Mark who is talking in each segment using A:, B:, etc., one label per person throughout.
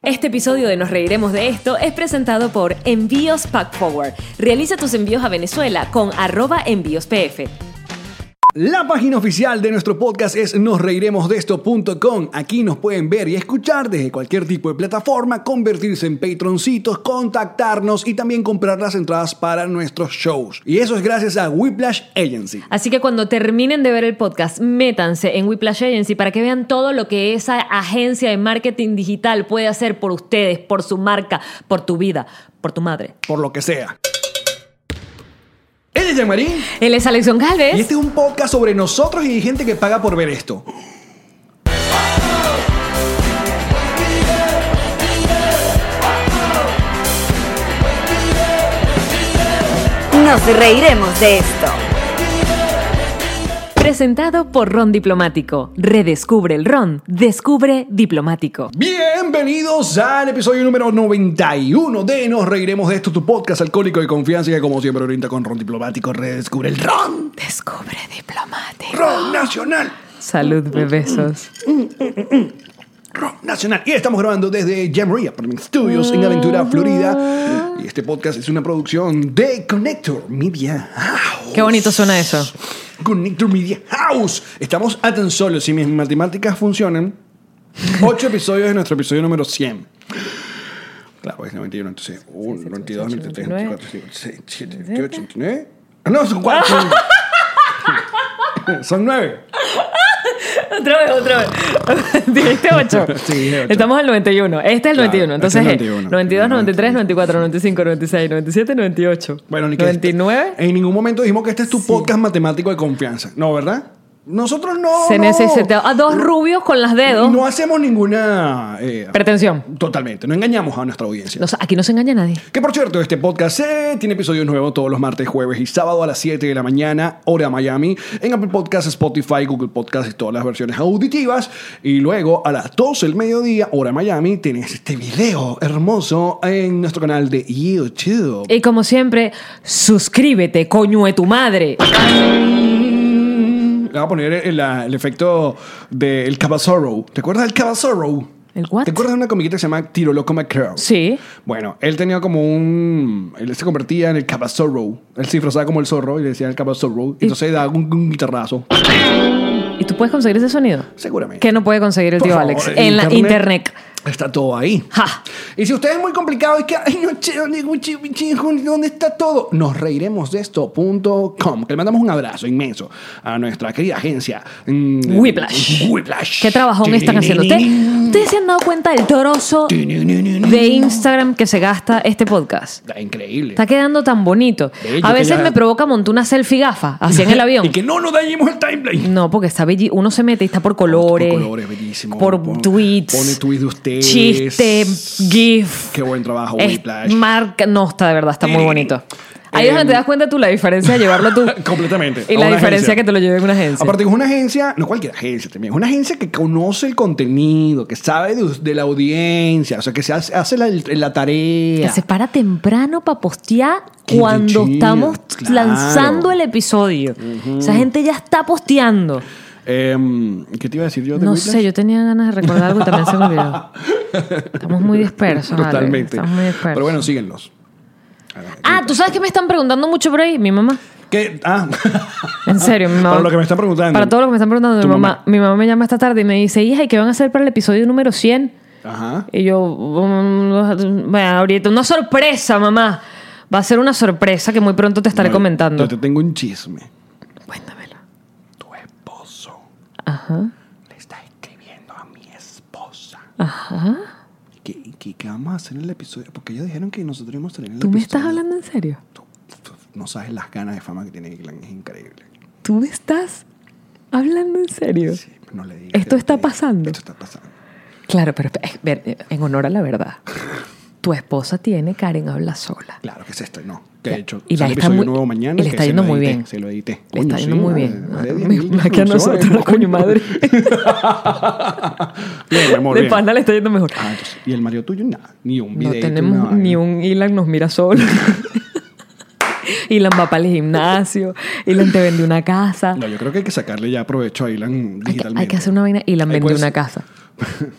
A: Este episodio de Nos Reiremos de Esto es presentado por Envíos Pack Forward. Realiza tus envíos a Venezuela con arroba envíos PF.
B: La página oficial de nuestro podcast es nosreiremosdeesto.com. Aquí nos pueden ver y escuchar desde cualquier tipo de plataforma, convertirse en patroncitos, contactarnos y también comprar las entradas para nuestros shows. Y eso es gracias a Whiplash Agency.
A: Así que cuando terminen de ver el podcast, métanse en Whiplash Agency para que vean todo lo que esa agencia de marketing digital puede hacer por ustedes, por su marca, por tu vida, por tu madre.
B: Por lo que sea. Él es Jean-Marie.
A: Él es Alexon Galvez.
B: Y este es un podcast sobre nosotros y gente que paga por ver esto.
C: Nos reiremos de esto.
A: Presentado por Ron Diplomático. Redescubre el Ron. Descubre Diplomático.
B: Bienvenidos al episodio número 91 de Nos Reiremos de esto, tu podcast alcohólico de confianza que como siempre orienta con Ron Diplomático, redescubre el Ron.
A: Descubre Diplomático.
B: Ron Nacional.
A: Salud, bebesos.
B: Ron Nacional. Y estamos grabando desde Jamboree Apartment Studios en Aventura, Florida. Y este podcast es una producción de Connector Media House.
A: Qué bonito suena eso.
B: Connector Media House. Estamos a tan solo, si mis matemáticas funcionan, 8 episodios de nuestro episodio número 100. Claro, es 91, entonces 1, 92, 93, 94, 95, 96, 87, 88, 89. Ah, No, son 4. Son 9.
A: Otra vez, otra vez. Dijiste 8.
B: Sí, dije ocho.
A: Estamos al 91. Este es el
B: Claro,
A: 91.
B: este
A: Entonces,
B: es
A: eh,
B: 91.
A: 92, 93, 94, 95, 96, 97, 98.
B: Bueno, Eh, ni que- este-
A: 99.
B: En ningún momento dijimos que este es tu podcast matemático de confianza. No, ¿verdad? Nosotros no.
A: Se
B: no.
A: necesita a dos rubios con las dedos.
B: No hacemos ninguna. eh,
A: Pretensión.
B: totalmente. No engañamos a nuestra audiencia.
A: No, aquí no se engaña nadie.
B: Que por cierto, este podcast eh, tiene episodios nuevos todos los martes, jueves y sábado a las 7 de la mañana, hora Miami, en Apple Podcasts, Spotify, Google Podcasts y todas las versiones auditivas. Y luego a las 12 del mediodía, hora Miami, tienes este video hermoso en nuestro canal de YouTube.
A: Y como siempre, suscríbete, coño de tu madre.
B: Mm, Le voy a poner el, el efecto del Cabazorro. ¿Te acuerdas del Cabazorro?
A: ¿El what?
B: ¿Te acuerdas de una comiquita que se llama Tiro Loco McCurl?
A: Sí.
B: Bueno, él tenía como un... Él se convertía en el Cabazorro. Él se disfrazaba como el zorro y le decían el Cabazorro. Entonces daba un, un guitarrazo.
A: ¿Y tú puedes conseguir ese sonido?
B: Seguramente.
A: Que no puede conseguir el
B: Por
A: tío
B: favor,
A: Alex en la internet.
B: Está todo ahí.
A: Ja.
B: Y si usted es muy complicado, es que, ay, no, che, ¿dónde, guchi, guchi, ¿dónde está todo? Nos reiremos de esto.com. Que le mandamos un abrazo inmenso a nuestra querida agencia. mm,
A: Whiplash.
B: Whiplash.
A: ¿Qué trabajón están haciendo? ¿Ustedes, ¿Ustedes se han dado cuenta del trozo de Instagram que se gasta este podcast?
B: Está Increíble.
A: Está quedando tan bonito.
B: Bello,
A: A
B: que
A: veces
B: ya-
A: me provoca montar una selfie gafa, así en el
B: Y
A: avión.
B: que no nos dañemos el timeline.
A: No, porque está belli- uno se mete y está por colores.
B: Por colores, bellísimo.
A: Por
B: Pon-
A: tweets.
B: pone tweets de ustedes.
A: Chiste, GIF.
B: Qué buen trabajo,
A: Es
B: Whiplash.
A: Marca, no, está de verdad, está muy
B: Eh,
A: bonito. Ahí es
B: em,
A: donde te das cuenta tú la diferencia de llevarlo tú.
B: Completamente.
A: Y
B: A
A: la
B: una
A: diferencia
B: agencia.
A: que te lo lleve en una agencia.
B: Aparte que es una agencia, no cualquier agencia también, es una agencia que conoce el contenido, que sabe de, de la audiencia, o sea, que se hace, hace la, la
A: Que
B: tarea.
A: se para temprano para postear
B: Qué
A: cuando
B: chido,
A: estamos
B: claro.
A: lanzando el episodio. Esa gente ya está posteando.
B: Em, ¿Qué te iba a decir yo de
A: No
B: Whiplash?
A: sé, yo tenía ganas de recordar algo y también se me olvidó. Estamos muy dispersos, Ale,
B: Totalmente.
A: Estamos muy dispersos.
B: Pero bueno, síguenlos.
A: ah, tú sabes que me están preguntando mucho por ahí, mi mamá.
B: ¿Qué? Ah.
A: En serio, mi mamá.
B: Para lo que me están preguntando.
A: Para todo lo que me están preguntando, mi
B: Tu
A: mamá,
B: mamá.
A: mi mamá me llama esta tarde y me dice, hija, ¿y qué van a hacer para el episodio número 100?
B: Ajá.
A: Y yo, mm, bueno, ahorita, una sorpresa, mamá. Va a ser una sorpresa que muy pronto te estaré
B: No,
A: comentando.
B: Yo te tengo un chisme.
A: Cuéntamelo.
B: Tu esposo
A: Ajá,
B: le está escribiendo a mi esposa.
A: ajá.
B: ¿Qué, qué, qué vamos a hacer en el episodio? Porque ellos dijeron que nosotros íbamos a tener el
A: ¿Tú me
B: episodio.
A: estás hablando en serio?
B: Tú- tú- No sabes las ganas de fama que tiene Glenn, es increíble.
A: ¿Tú me estás Hablando en serio.
B: Sí, no le digas.
A: Esto
B: que-
A: está pasando.
B: Esto está pasando.
A: Claro, pero eh, ver, en honor a la verdad. Tu esposa tiene Karen habla sola.
B: Claro que se estrenó. Que de hecho,
A: Y la
B: sale
A: está
B: episodio
A: muy-
B: nuevo mañana.
A: y le
B: que
A: está
B: se
A: yendo
B: lo
A: muy
B: edité,
A: bien.
B: Se lo edité.
A: Le está
B: Coño,
A: yendo
B: sí,
A: muy
B: vale,
A: bien.
B: vale, diez
A: Más
B: mil
A: que a
B: reproducciones,
A: nosotros, coño madre.
B: Bien, mi amor,
A: De
B: bien.
A: pana le está yendo mejor.
B: Ah, entonces, y el marido tuyo, nada. Ni un video.
A: No tenemos ni un Ilan nos mira solo. Ilan va para el gimnasio. Ilan te vende una casa.
B: No, yo creo que hay que sacarle ya provecho a Ilan
A: hay, que,
B: digitalmente.
A: hay que hacer una vaina. Ilan
B: Hay
A: vende
B: cosas-
A: una casa.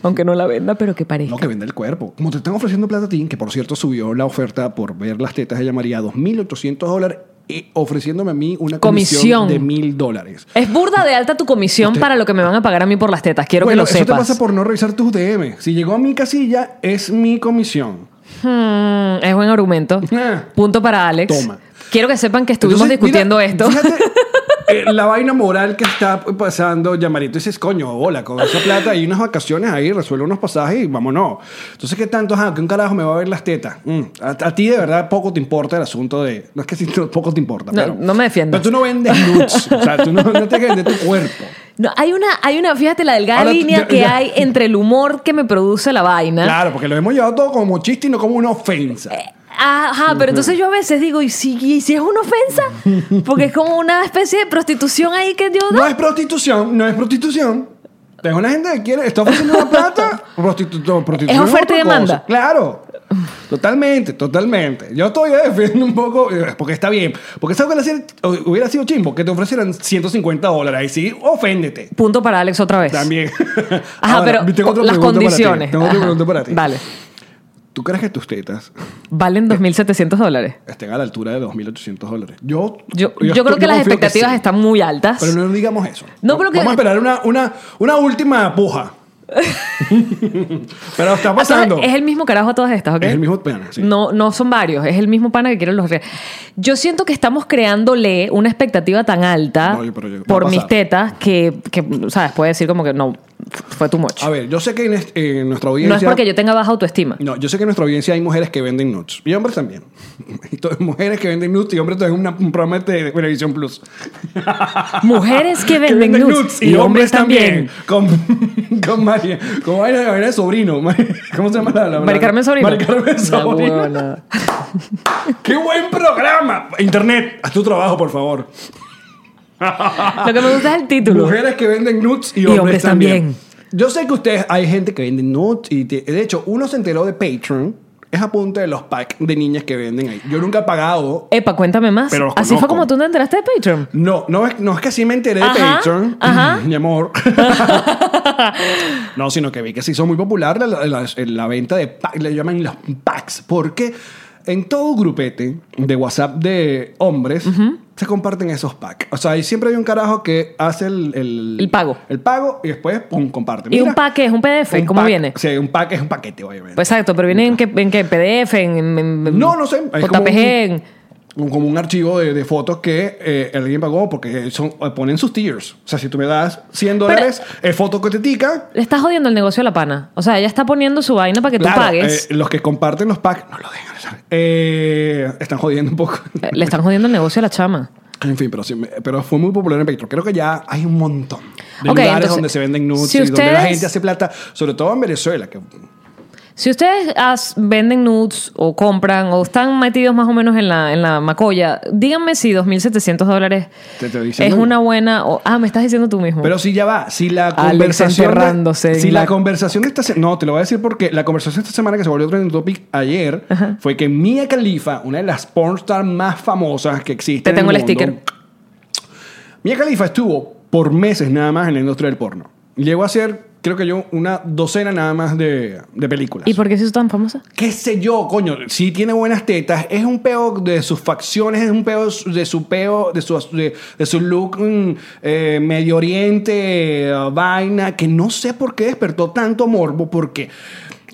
A: Aunque no la venda, pero que parezca.
B: No, que vende el cuerpo. Como te están ofreciendo plata a ti, que por cierto subió la oferta por ver las tetas de ella María a 2.800 dólares, y ofreciéndome a mí una
A: Comisión.
B: comisión, de 1.000 dólares.
A: Es burda de alta tu comisión para lo que me van a pagar a mí por las tetas. Quiero que
B: bueno,
A: lo
B: eso
A: sepas.
B: te pasa por no revisar tus DM. Si llegó a mi casilla, es mi comisión.
A: Hmm, es buen argumento.
B: Ah.
A: Punto para Alex.
B: Toma.
A: Quiero que sepan que estuvimos
B: Entonces,
A: discutiendo
B: mira,
A: esto.
B: fíjate, eh, la vaina moral que está pasando, Yamarito dices, coño, hola, con esa plata hay unas vacaciones ahí, resuelve unos pasajes y vámonos. Entonces, ¿qué tanto? Ah, ¿qué un carajo me va a ver las tetas? Mm, A, a ti de verdad poco te importa el asunto de... No es que sí, no, poco te importa,
A: No,
B: pero...
A: no me defiendas.
B: Pero tú no vendes nudes, o sea, tú no, no te vendes tu cuerpo.
A: No, hay una, hay una, fíjate la delgada
B: Ahora tú-
A: línea
B: ya-
A: que
B: ya.
A: hay entre el humor que me produce la vaina.
B: Claro, porque lo hemos llevado todo como chiste y no como una ofensa.
A: Ajá, pero entonces yo a veces digo, ¿y si, y si es una ofensa? Porque es como una especie de prostitución ahí que yo
B: No es prostitución, no es prostitución. Es una gente que quiere, está ofreciendo una plata, prostitución. prostitución
A: Es oferta y
B: otra cosa.
A: demanda.
B: Claro. Totalmente, totalmente. Yo estoy defendiendo un poco, eh, porque está bien. Porque sabes que hubiera sido chimbo que te ofrecieran 150 dólares. Ahí sí, oféndete.
A: Punto para Alex otra vez.
B: También.
A: Ajá,
B: Ahora,
A: pero
B: tengo otra
A: las
B: pregunta para ti,
A: condiciones.
B: Tengo otra
A: Ajá.
B: pregunta para ti.
A: Vale.
B: ¿Tú crees que tus tetas
A: Valen 2.700 dólares.
B: estén a la altura de 2.800 dólares? Yo,
A: Yo,
B: yo
A: yo,
B: estoy-
A: creo que las
B: confío
A: expectativas
B: sí.
A: están muy altas.
B: Pero no digamos eso.
A: No, pero que-
B: Vamos a esperar una, una, una última puja. pero está pasando.
A: Es el mismo carajo a todas estas, ¿ok?
B: Es el mismo pana, sí.
A: No, no son varios, es el mismo pana que quieren los reales. Yo siento que estamos creándole una expectativa tan alta
B: No, yo- pero yo- va a
A: por
B: pasar.
A: mis tetas que, que, ¿sabes? Puede decir como que no, fue tu mocho.
B: A ver, yo sé que en, este- en nuestra
A: No
B: audiencia...
A: es porque yo tenga baja autoestima.
B: No, yo sé que en nuestra audiencia hay mujeres que venden nudes. Y hombres también. Y to- mujeres que venden nudes y hombres también una- un programa de televisión plus. Ah,
A: Mujeres que
B: Que
A: venden nudes y hombres también.
B: Con, con María. Con María, María Sobrino. María- ¿Cómo se llama la, la
A: Mari Carmen Sobrino.
B: Mari Carmen
A: La
B: Sobrino.
A: huevona.
B: ¡Qué buen programa! Internet, haz tu trabajo, por favor.
A: Lo que me gusta es el título.
B: Mujeres que venden nudes y,
A: Y
B: hombres,
A: hombres
B: también.
A: también.
B: Yo sé que ustedes hay gente que vende nudes y te- de hecho uno se enteró de Patreon es a punta de los packs de niñas que venden ahí. Yo nunca he pagado.
A: Epa, cuéntame más.
B: Pero los
A: Así fue
B: conozco.
A: como tú te enteraste de Patreon.
B: No, no es, no es que así me enteré de
A: Ajá,
B: Patreon,
A: ajá.
B: mi amor. no, sino que vi que se hizo muy popular la, la- la- la venta de packs, le llaman los packs, porque en todo grupete de WhatsApp de hombres se comparten esos packs. O sea, ahí siempre hay un carajo que hace el,
A: El pago.
B: El pago y después, pum, comparte.
A: ¿Y
B: Mira,
A: un pack qué es? ¿Un PDF?
B: un
A: ¿Cómo
B: pack-
A: viene?
B: Sí, un pack es un paquete, obviamente.
A: Pues exacto, pero viene en qué, en qué PDF, en, en- en-
B: No, no sé. Es
A: JPG.
B: como un-
A: en-
B: un- como un archivo de, de fotos que eh, alguien pagó porque son, eh, ponen sus tiers. O sea, si tú me das 100 dólares, es foto cotetica.
A: Le estás jodiendo el negocio a la pana. O sea, ella está poniendo su vaina para que
B: Claro,
A: tú pagues.
B: eh, los que comparten los packs, no lo dejan usar. Eh, están jodiendo un poco.
A: Eh, Le están jodiendo el negocio a la chama.
B: en fin, pero, sí me- pero fue muy popular en Patreon. Creo que ya hay un montón de
A: Ok,
B: lugares
A: entonces,
B: donde se venden nudes
A: si
B: y donde la
A: ustedes-
B: gente hace plata, sobre todo en Venezuela. Que,
A: Si ustedes as- venden nudes o compran o están metidos más o menos en la, en la macolla, díganme si 2.700 dólares
B: Te estoy
A: es
B: diciendo.
A: una buena... o- ah, me estás diciendo tú mismo.
B: Pero si ya va, si la
A: Alex
B: conversación. de-
A: enterrándose en
B: si la
A: la-
B: conversación de esta semana. No, te lo voy a decir porque la conversación de esta semana que se volvió trending topic ayer fue que Mia Khalifa, una de las pornstars más famosas que existe.
A: Te
B: en
A: tengo el
B: mundo,
A: sticker.
B: Mia Khalifa estuvo por meses nada más en la industria del porno. Llegó a hacer, creo que yo, una docena nada más de, de películas.
A: ¿Y por qué se hizo tan famosa?
B: ¿Qué sé yo, coño? Si tiene buenas tetas, es un peo de sus facciones, es un peo de su- de su peo, de su, de, de su look mm, eh, medio oriente, eh, vaina, que no sé por qué despertó tanto morbo, porque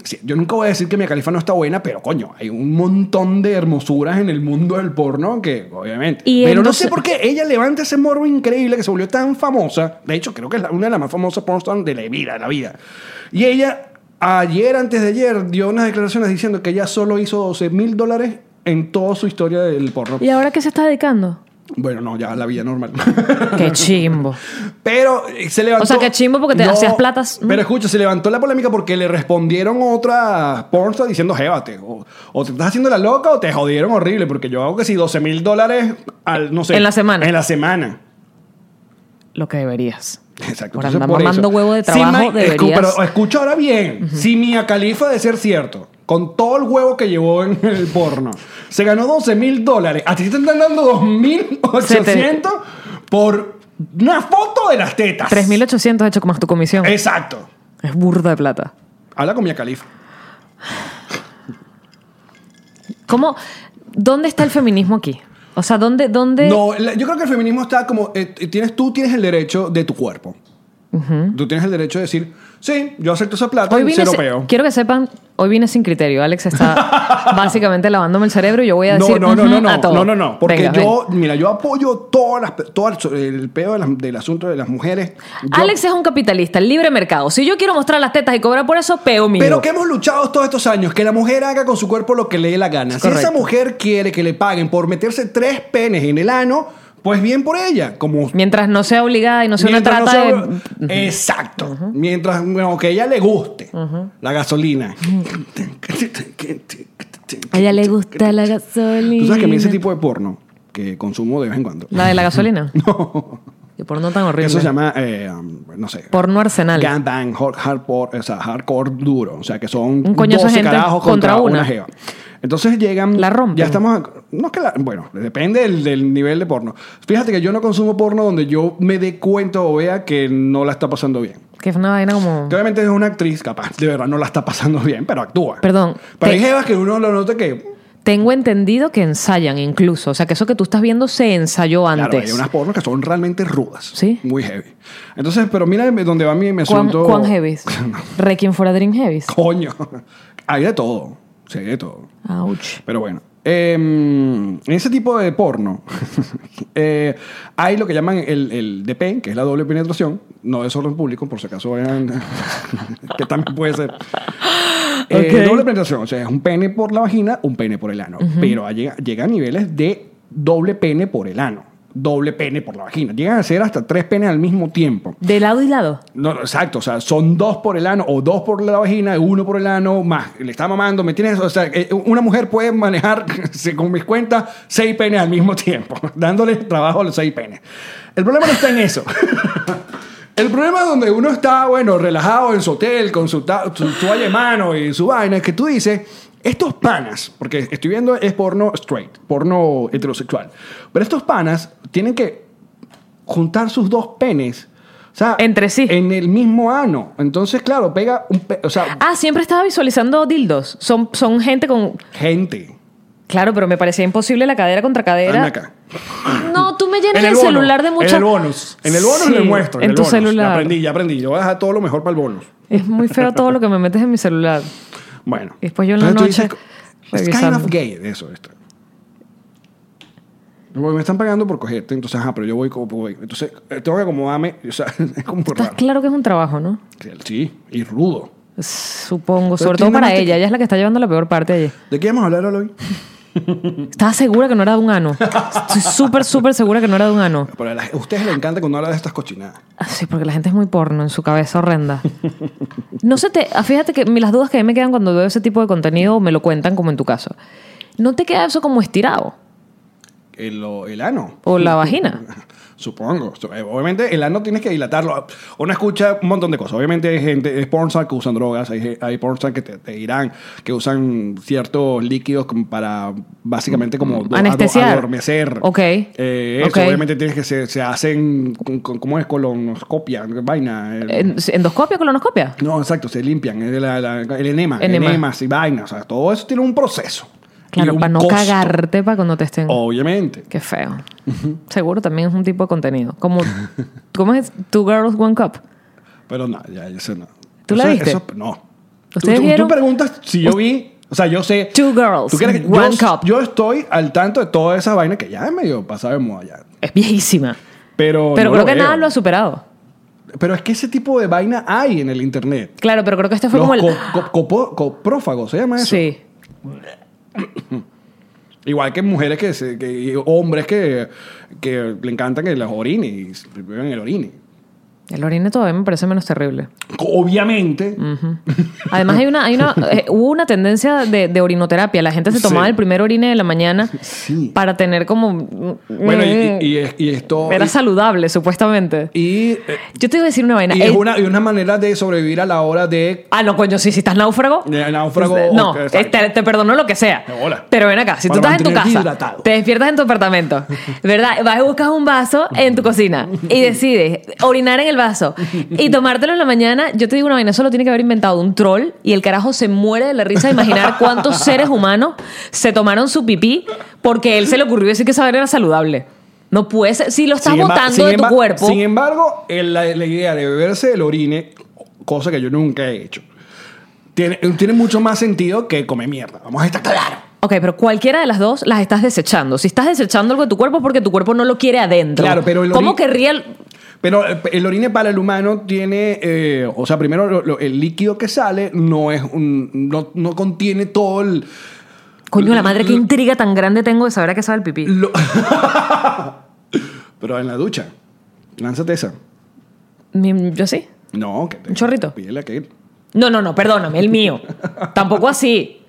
B: sí, yo nunca voy a decir que mi califa no está buena, pero coño, hay un montón de hermosuras en el mundo del porno que, obviamente.
A: Y
B: pero no
A: entonces-
B: sé por qué ella levanta ese morbo increíble que se volvió tan famosa. De hecho, creo que es la- una de las más famosas pornstar de la vida, de la vida. Y ella, ayer, antes de ayer, dio unas declaraciones diciendo que ella solo hizo 12 mil dólares en toda su historia del porno.
A: ¿Y ahora qué se está dedicando?
B: Bueno, no, ya la vida normal.
A: Qué chimbo.
B: Pero eh, se levantó.
A: O sea, qué chimbo porque te hacías platas.
B: Pero escucha, se levantó la polémica porque le respondieron otra pornstar diciendo, jébate. O, o te estás haciendo la loca o te jodieron horrible. Porque yo hago que si 12 mil dólares al, no sé.
A: En la semana.
B: En la semana.
A: Lo que deberías.
B: Exacto.
A: Por
B: entonces,
A: andar
B: por eso.
A: mamando huevo de
B: Si
A: trabajo,
B: Ma- escu-
A: deberías-
B: pero escucha ahora bien. Si Mia Califa de ser cierto, con todo el huevo que llevó en el porno, se ganó 12 mil dólares. A ti te están dando 2.800 por una foto de las tetas.
A: 3.800 hecho más tu comisión. Es,
B: Exacto.
A: burda de plata.
B: Habla con Mia Califa.
A: ¿Cómo? ¿Dónde está el feminismo aquí? O sea, ¿dónde? dónde...
B: No, la- yo creo que el feminismo está como. eh, tienes, tú tienes el derecho de tu cuerpo. Tú tienes el derecho de decir, sí, yo acepto esa plata
A: Hoy
B: y
A: vine
B: cero
A: sin-
B: peo.
A: quiero que sepan, hoy vine sin criterio. Alex está básicamente lavándome el cerebro y yo voy a
B: No,
A: decir
B: no, no,
A: "Ujú"
B: no,
A: a
B: no,
A: todo.
B: no, no, no, porque
A: Venga,
B: yo,
A: ven.
B: mira, yo apoyo todas las, pe- todo el, el peo de las- del asunto de las mujeres. Yo-
A: Alex es un capitalista, el libre mercado. Si yo quiero mostrar las tetas y cobrar por eso, peo mío.
B: Pero que hemos luchado todos estos años, que la mujer haga con su cuerpo lo que le dé la gana. Si esa
A: Correcto.
B: mujer quiere que le paguen por meterse tres penes en el ano, pues bien por ella, como
A: Mientras no sea obligada y no sea una
B: Mientras
A: trata
B: no
A: de...
B: sea- Exacto. Mientras, bueno, que a ella le guste la gasolina.
A: A ella le gusta la gasolina.
B: Tú sabes que a mí ese tipo de porno que consumo de vez en cuando.
A: ¿La de la gasolina? Qué porno tan
B: que
A: horrible.
B: Eso se llama, eh, um, no sé.
A: Porno arsenal.
B: Gangbang, hard- hardcore, o sea, hardcore duro. O sea, que son
A: Un coñazo de
B: 12
A: gente
B: carajos contra,
A: contra
B: una.
A: una.
B: jeva. Entonces llegan...
A: La rompen.
B: Ya estamos... a- No es que la... Bueno, depende del, del nivel de porno. Fíjate que yo no consumo porno donde yo me dé cuenta o vea que no la está pasando bien.
A: Que es una vaina como...
B: Que obviamente es una actriz, capaz, de verdad no la está pasando bien, pero actúa.
A: Perdón,
B: Pero hay
A: te-
B: jevas que uno lo nota que.
A: Tengo entendido que ensayan incluso. O sea, que eso que tú estás viendo se ensayó antes.
B: Claro, hay unas pornos que son realmente rudas.
A: Sí.
B: Muy heavy. Entonces, pero mira dónde va mi, mi
A: ¿Cuán,
B: asunto.
A: cuán heavies? Requiem for a Dream heavies.
B: Coño. Hay de todo. Sí, hay de todo.
A: Ouch.
B: Pero bueno. eh, en ese tipo de porno eh, hay lo que llaman el, el DP, que es la doble penetración, no desorden público, por si acaso vayan, que también puede ser. Eh,
A: Ok.
B: doble penetración, o sea, es un pene por la vagina, un pene por el ano, pero llega, llega a niveles de doble pene por el ano, doble pene por la vagina, llegan a ser hasta tres penes al mismo tiempo.
A: De lado y lado.
B: No, no, exacto, o sea, son dos por el ano o dos por la vagina, uno por el ano, más. Le está mamando, ¿me tienes? O sea, eh, una mujer puede manejar, según mis cuentas, seis penes al mismo tiempo, dándole trabajo a los seis penes. El problema no está en eso. El problema es donde uno está, bueno, relajado en su hotel, con su, ta- su toalla en mano y su vaina, es que tú dices, estos panas, porque estoy viendo es porno straight, porno heterosexual, pero estos panas tienen que juntar sus dos penes. O sea,
A: Entre sí.
B: En el mismo ano. Entonces, claro, pega un... pe- o sea,
A: Ah, siempre estaba visualizando dildos. Son, son gente con...
B: gente.
A: Claro, pero me parecía imposible la cadera contra
B: Anda
A: cadera.
B: acá.
A: No, tú me llenas
B: En
A: el,
B: el bono,
A: celular de muchas...
B: En el bonus. En el bonus
A: Sí,
B: le muestro.
A: En,
B: el
A: tu
B: bonus. Ya
A: celular.
B: aprendí, ya aprendí. Yo voy a dejar todo lo mejor para el bonus.
A: Es muy feo todo lo que me metes en mi celular.
B: Bueno.
A: Y después yo en la
B: Entonces tú
A: noche
B: dices, es kind
A: revisando".
B: of gay eso. Esto. Porque me están pagando por cogerte, entonces, ajá, pero yo voy como voy. Entonces, eh, tengo que acomodarme. O sea, es como
A: Estás
B: raro.
A: claro que es un trabajo, ¿no?
B: Sí, y rudo.
A: Supongo, sobre
B: tú
A: todo para
B: imagínate
A: ella.
B: que-
A: Ella es la que está llevando la peor parte allí.
B: ¿De qué vamos a hablar hoy?
A: Estaba segura que no era de un ano. Estoy súper, súper segura que no era de un ano.
B: Pero a, la- a ustedes les encanta cuando hablan de estas cochinadas.
A: Ah, Sí, porque la gente es muy porno en su cabeza horrenda. No se te. ah, Fíjate que mi- las dudas que a mí me quedan cuando veo ese tipo de contenido me lo cuentan, como en tu caso. ¿No te queda eso como estirado?
B: El, o- el ano.
A: ¿O la vagina?
B: Supongo. So, eh, Obviamente, el ano tienes que dilatarlo. Uno escucha un montón de cosas. Obviamente, hay gente, hay pornstar que usan drogas, hay, hay pornstar que te, te dirán que usan ciertos líquidos como para básicamente como do-
A: Anestesiar.
B: adormecer.
A: Ok.
B: Eh, eso,
A: Ok.
B: obviamente, tienes que se, se hacen, con- con- ¿cómo es? Colonoscopia, vaina. eh.
A: ¿En- ¿Endoscopia, colonoscopia?
B: No, exacto, se limpian. eh, la- la- el enema,
A: Enema.
B: enemas y vainas. O sea, todo eso tiene un proceso. y
A: Claro,
B: un Oh.
A: para no
B: costo.
A: cagarte para cuando te estén.
B: Obviamente.
A: Qué feo. Seguro también es un tipo de contenido. Como, ¿Cómo es? Two Girls, One Cup.
B: Pero no, ya, ya sé no.
A: ¿Tú la
B: Eso-
A: viste?
B: eso- no.
A: ¿Ustedes
B: tú, tú-
A: vieron?
B: tú preguntas si yo vi, o sea, yo sé.
A: Two girls,
B: ¿Tú crees que
A: one
B: yo,
A: cup.
B: yo estoy al tanto de toda esa vaina que ya es medio pasada de moda ya.
A: Es viejísima.
B: Pero,
A: Pero
B: no
A: creo que
B: veo.
A: nada lo ha superado.
B: Pero es que ese tipo de vaina hay en el internet.
A: Claro, pero creo que este fue
B: Los
A: como el.
B: co- co- copo- coprófagos, ¿se llama eso?
A: Sí.
B: Igual que mujeres que, se- que- y hombres que, que le encantan que las orine y se beban el orine.
A: El orine todavía me parece menos terrible.
B: Obviamente,
A: Además, hay una, hay una, eh, hubo una tendencia de, de orinoterapia. La gente se tomaba
B: Sí.
A: el primer orine de la mañana
B: Sí.
A: para tener como...
B: bueno, y, y- y- y esto.
A: Mm. Era
B: y-
A: saludable, supuestamente.
B: y, eh,
A: Yo te iba a decir una vaina.
B: y es
A: El-
B: una, y una manera de sobrevivir a la hora de.
A: Ah, no, coño, sí, si estás náufrago.
B: Eh, náufrago,
A: No,
B: ok,
A: eh, te, te perdono lo que sea.
B: Hola.
A: Pero ven acá, si tú estás
B: Para
A: en tu casa,
B: mantenerte hidratado.
A: te despiertas en tu apartamento, ¿verdad? Vas y buscas un vaso en tu cocina y decides orinar en el vaso y tomártelo en la mañana. Yo te digo una vaina, eso lo tiene que haber inventado un troll y el carajo se muere de la risa de imaginar cuántos seres humanos se tomaron su pipí porque él se le ocurrió decir que esa vaina era saludable. No puedes, si lo estás
B: Sin emba-
A: botando
B: sin
A: de tu
B: emba-
A: cuerpo.
B: Sin embargo, el- la, la idea de beberse el orine, cosa que yo nunca he hecho, tiene, tiene mucho más sentido que comer mierda. Vamos a estar claros.
A: Ok, pero cualquiera de las dos las estás desechando. Si estás desechando algo de tu cuerpo es porque tu cuerpo no lo quiere adentro.
B: Claro, pero el
A: ¿Cómo
B: ori-
A: querría el-
B: Pero eh, el orine para el humano tiene, eh, o sea, primero lo- lo- el líquido que sale no es un, no, no contiene todo el,
A: Coño, la madre, qué intriga tan grande tengo de saber a qué sabe el pipí.
B: lo- pero en la ducha, lánzate esa.
A: Mi- Yo sí.
B: No, que te-
A: ¿Un chorrito?
B: Pídele a Kate.
A: No, no, no, perdóname, el mío. Tampoco así.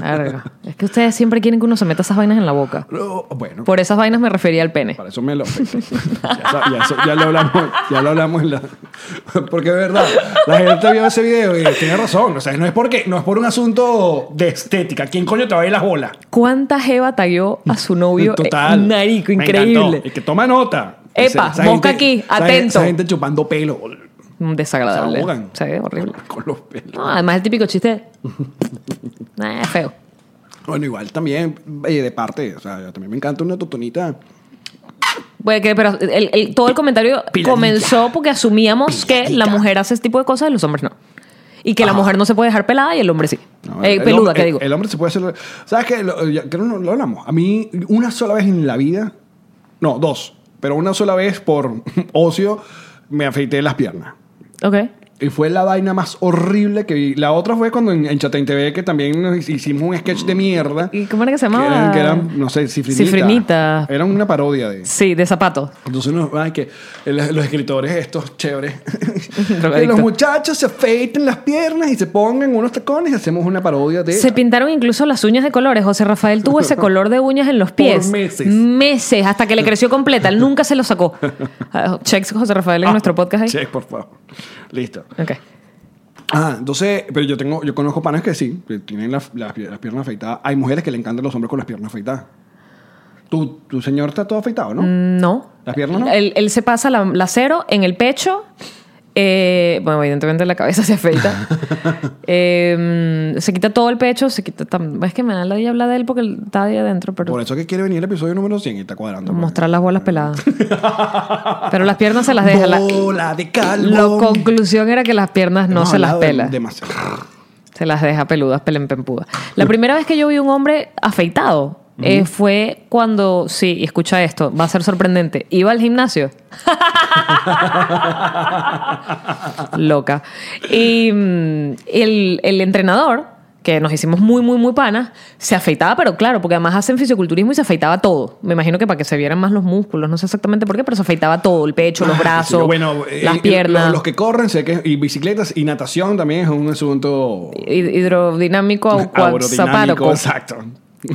A: Verga. Es que ustedes siempre quieren que uno se meta esas vainas en la boca.
B: No, bueno,
A: Por esas vainas me refería al pene.
B: para eso me lo afecto. ya, sa- ya sa- ya lo hablamos, ya lo hablamos en la. porque es verdad, la gente vio ese video y tiene razón. O sea, no es porque, no es por un asunto de estética. ¿Quién coño te va a ir las bolas?
A: ¿Cuánta jeva tagueó a su novio? Eh,
B: Total.
A: Narico,
B: Me encantó. Y
A: increíble.
B: que toma nota.
A: Epa, mosca
B: gente-
A: aquí,
B: esa
A: atento.
B: gente- Esa gente chupando pelo.
A: Mm,
B: Se
A: Desagradable.
B: ahogan.
A: Sí, horrible.
B: Con los pelos.
A: No, además el típico chiste. Nah, es feo.
B: Bueno, igual también, eh, de parte, o sea, yo también me encanta una totonita.
A: Bueno, que- pero el- el- todo el comentario
B: Piladita.
A: comenzó porque asumíamos que
B: Piladita.
A: la mujer hace ese tipo de cosas y los hombres no. Y que la mujer no se puede dejar pelada y el hombre sí.
B: No,
A: Eh,
B: el- el
A: peluda,
B: hombre-
A: ¿qué
B: el-
A: digo?
B: El hombre se puede hacer. ¿Sabes qué? Lo, ya- creo que no- lo hablamos. A mí, una sola vez en la vida, no, dos, pero una sola vez por ocio, me afeité las piernas.
A: Ok.
B: Y fue la vaina más horrible que vi. La otra fue cuando en, en Chatain TV, que también nos hicimos un sketch de mierda.
A: Mm. ¿Y cómo era que se
B: Que
A: llamaba?
B: eran, que eran, no sé, cifrinitas.
A: Cifrinita.
B: Eran una parodia de.
A: Sí, de zapatos.
B: Entonces, no, ay, que el- los escritores estos chéveres. que
A: Drogadicto.
B: los muchachos se afeiten las piernas y se pongan unos tacones y hacemos una parodia de.
A: Se pintaron incluso las uñas de colores. José Rafael tuvo ese color de uñas en los pies.
B: meses.
A: Meses, hasta que le creció completa. Él nunca se lo sacó. Ah, Checks José Rafael en nuestro podcast ahí.
B: Sí, por favor. Listo.
A: Ok.
B: Ah, entonces, pero yo tengo, yo conozco panas que sí, que tienen las las- las piernas afeitadas. Hay mujeres que le encantan los hombres con las piernas afeitadas. Tu, tu señor está todo afeitado, ¿no?
A: Mm, No.
B: ¿Las piernas no?
A: Él, él se pasa la, la cero en el pecho. eh, bueno, evidentemente la cabeza se afeita. Eh, mm, se quita todo el pecho, se quita... tam- Es que me da la idea hablar de él porque él está ahí adentro, pero...
B: Por eso que quiere venir el episodio número 100 y está cuadrando. pues.
A: Mostrar las bolas peladas. Pero las piernas se las deja. La,
B: Bola de calvo.
A: la conclusión era que las piernas no
B: Hemos
A: se las
B: hablado de-
A: pela.
B: demasiado.
A: Se las deja peludas, pelempempudas. La primera vez que yo vi un hombre afeitado eh, fue cuando, sí, y escucha esto, va a ser sorprendente, iba al gimnasio. Loca. Y mm, el, el entrenador, que nos hicimos muy, muy, muy panas, se afeitaba, pero claro, porque además hacen fisioculturismo y se afeitaba todo. Me imagino que para que se vieran más los músculos, no sé exactamente por qué, pero se afeitaba todo, el pecho, los
B: Ah,
A: brazos,
B: sí, bueno, eh,
A: las
B: eh,
A: piernas.
B: Los, los que corren, sé que y bicicletas y natación también es un asunto
A: hid- hidrodinámico
B: aerodinámico,
A: acuazaparoco.
B: exacto.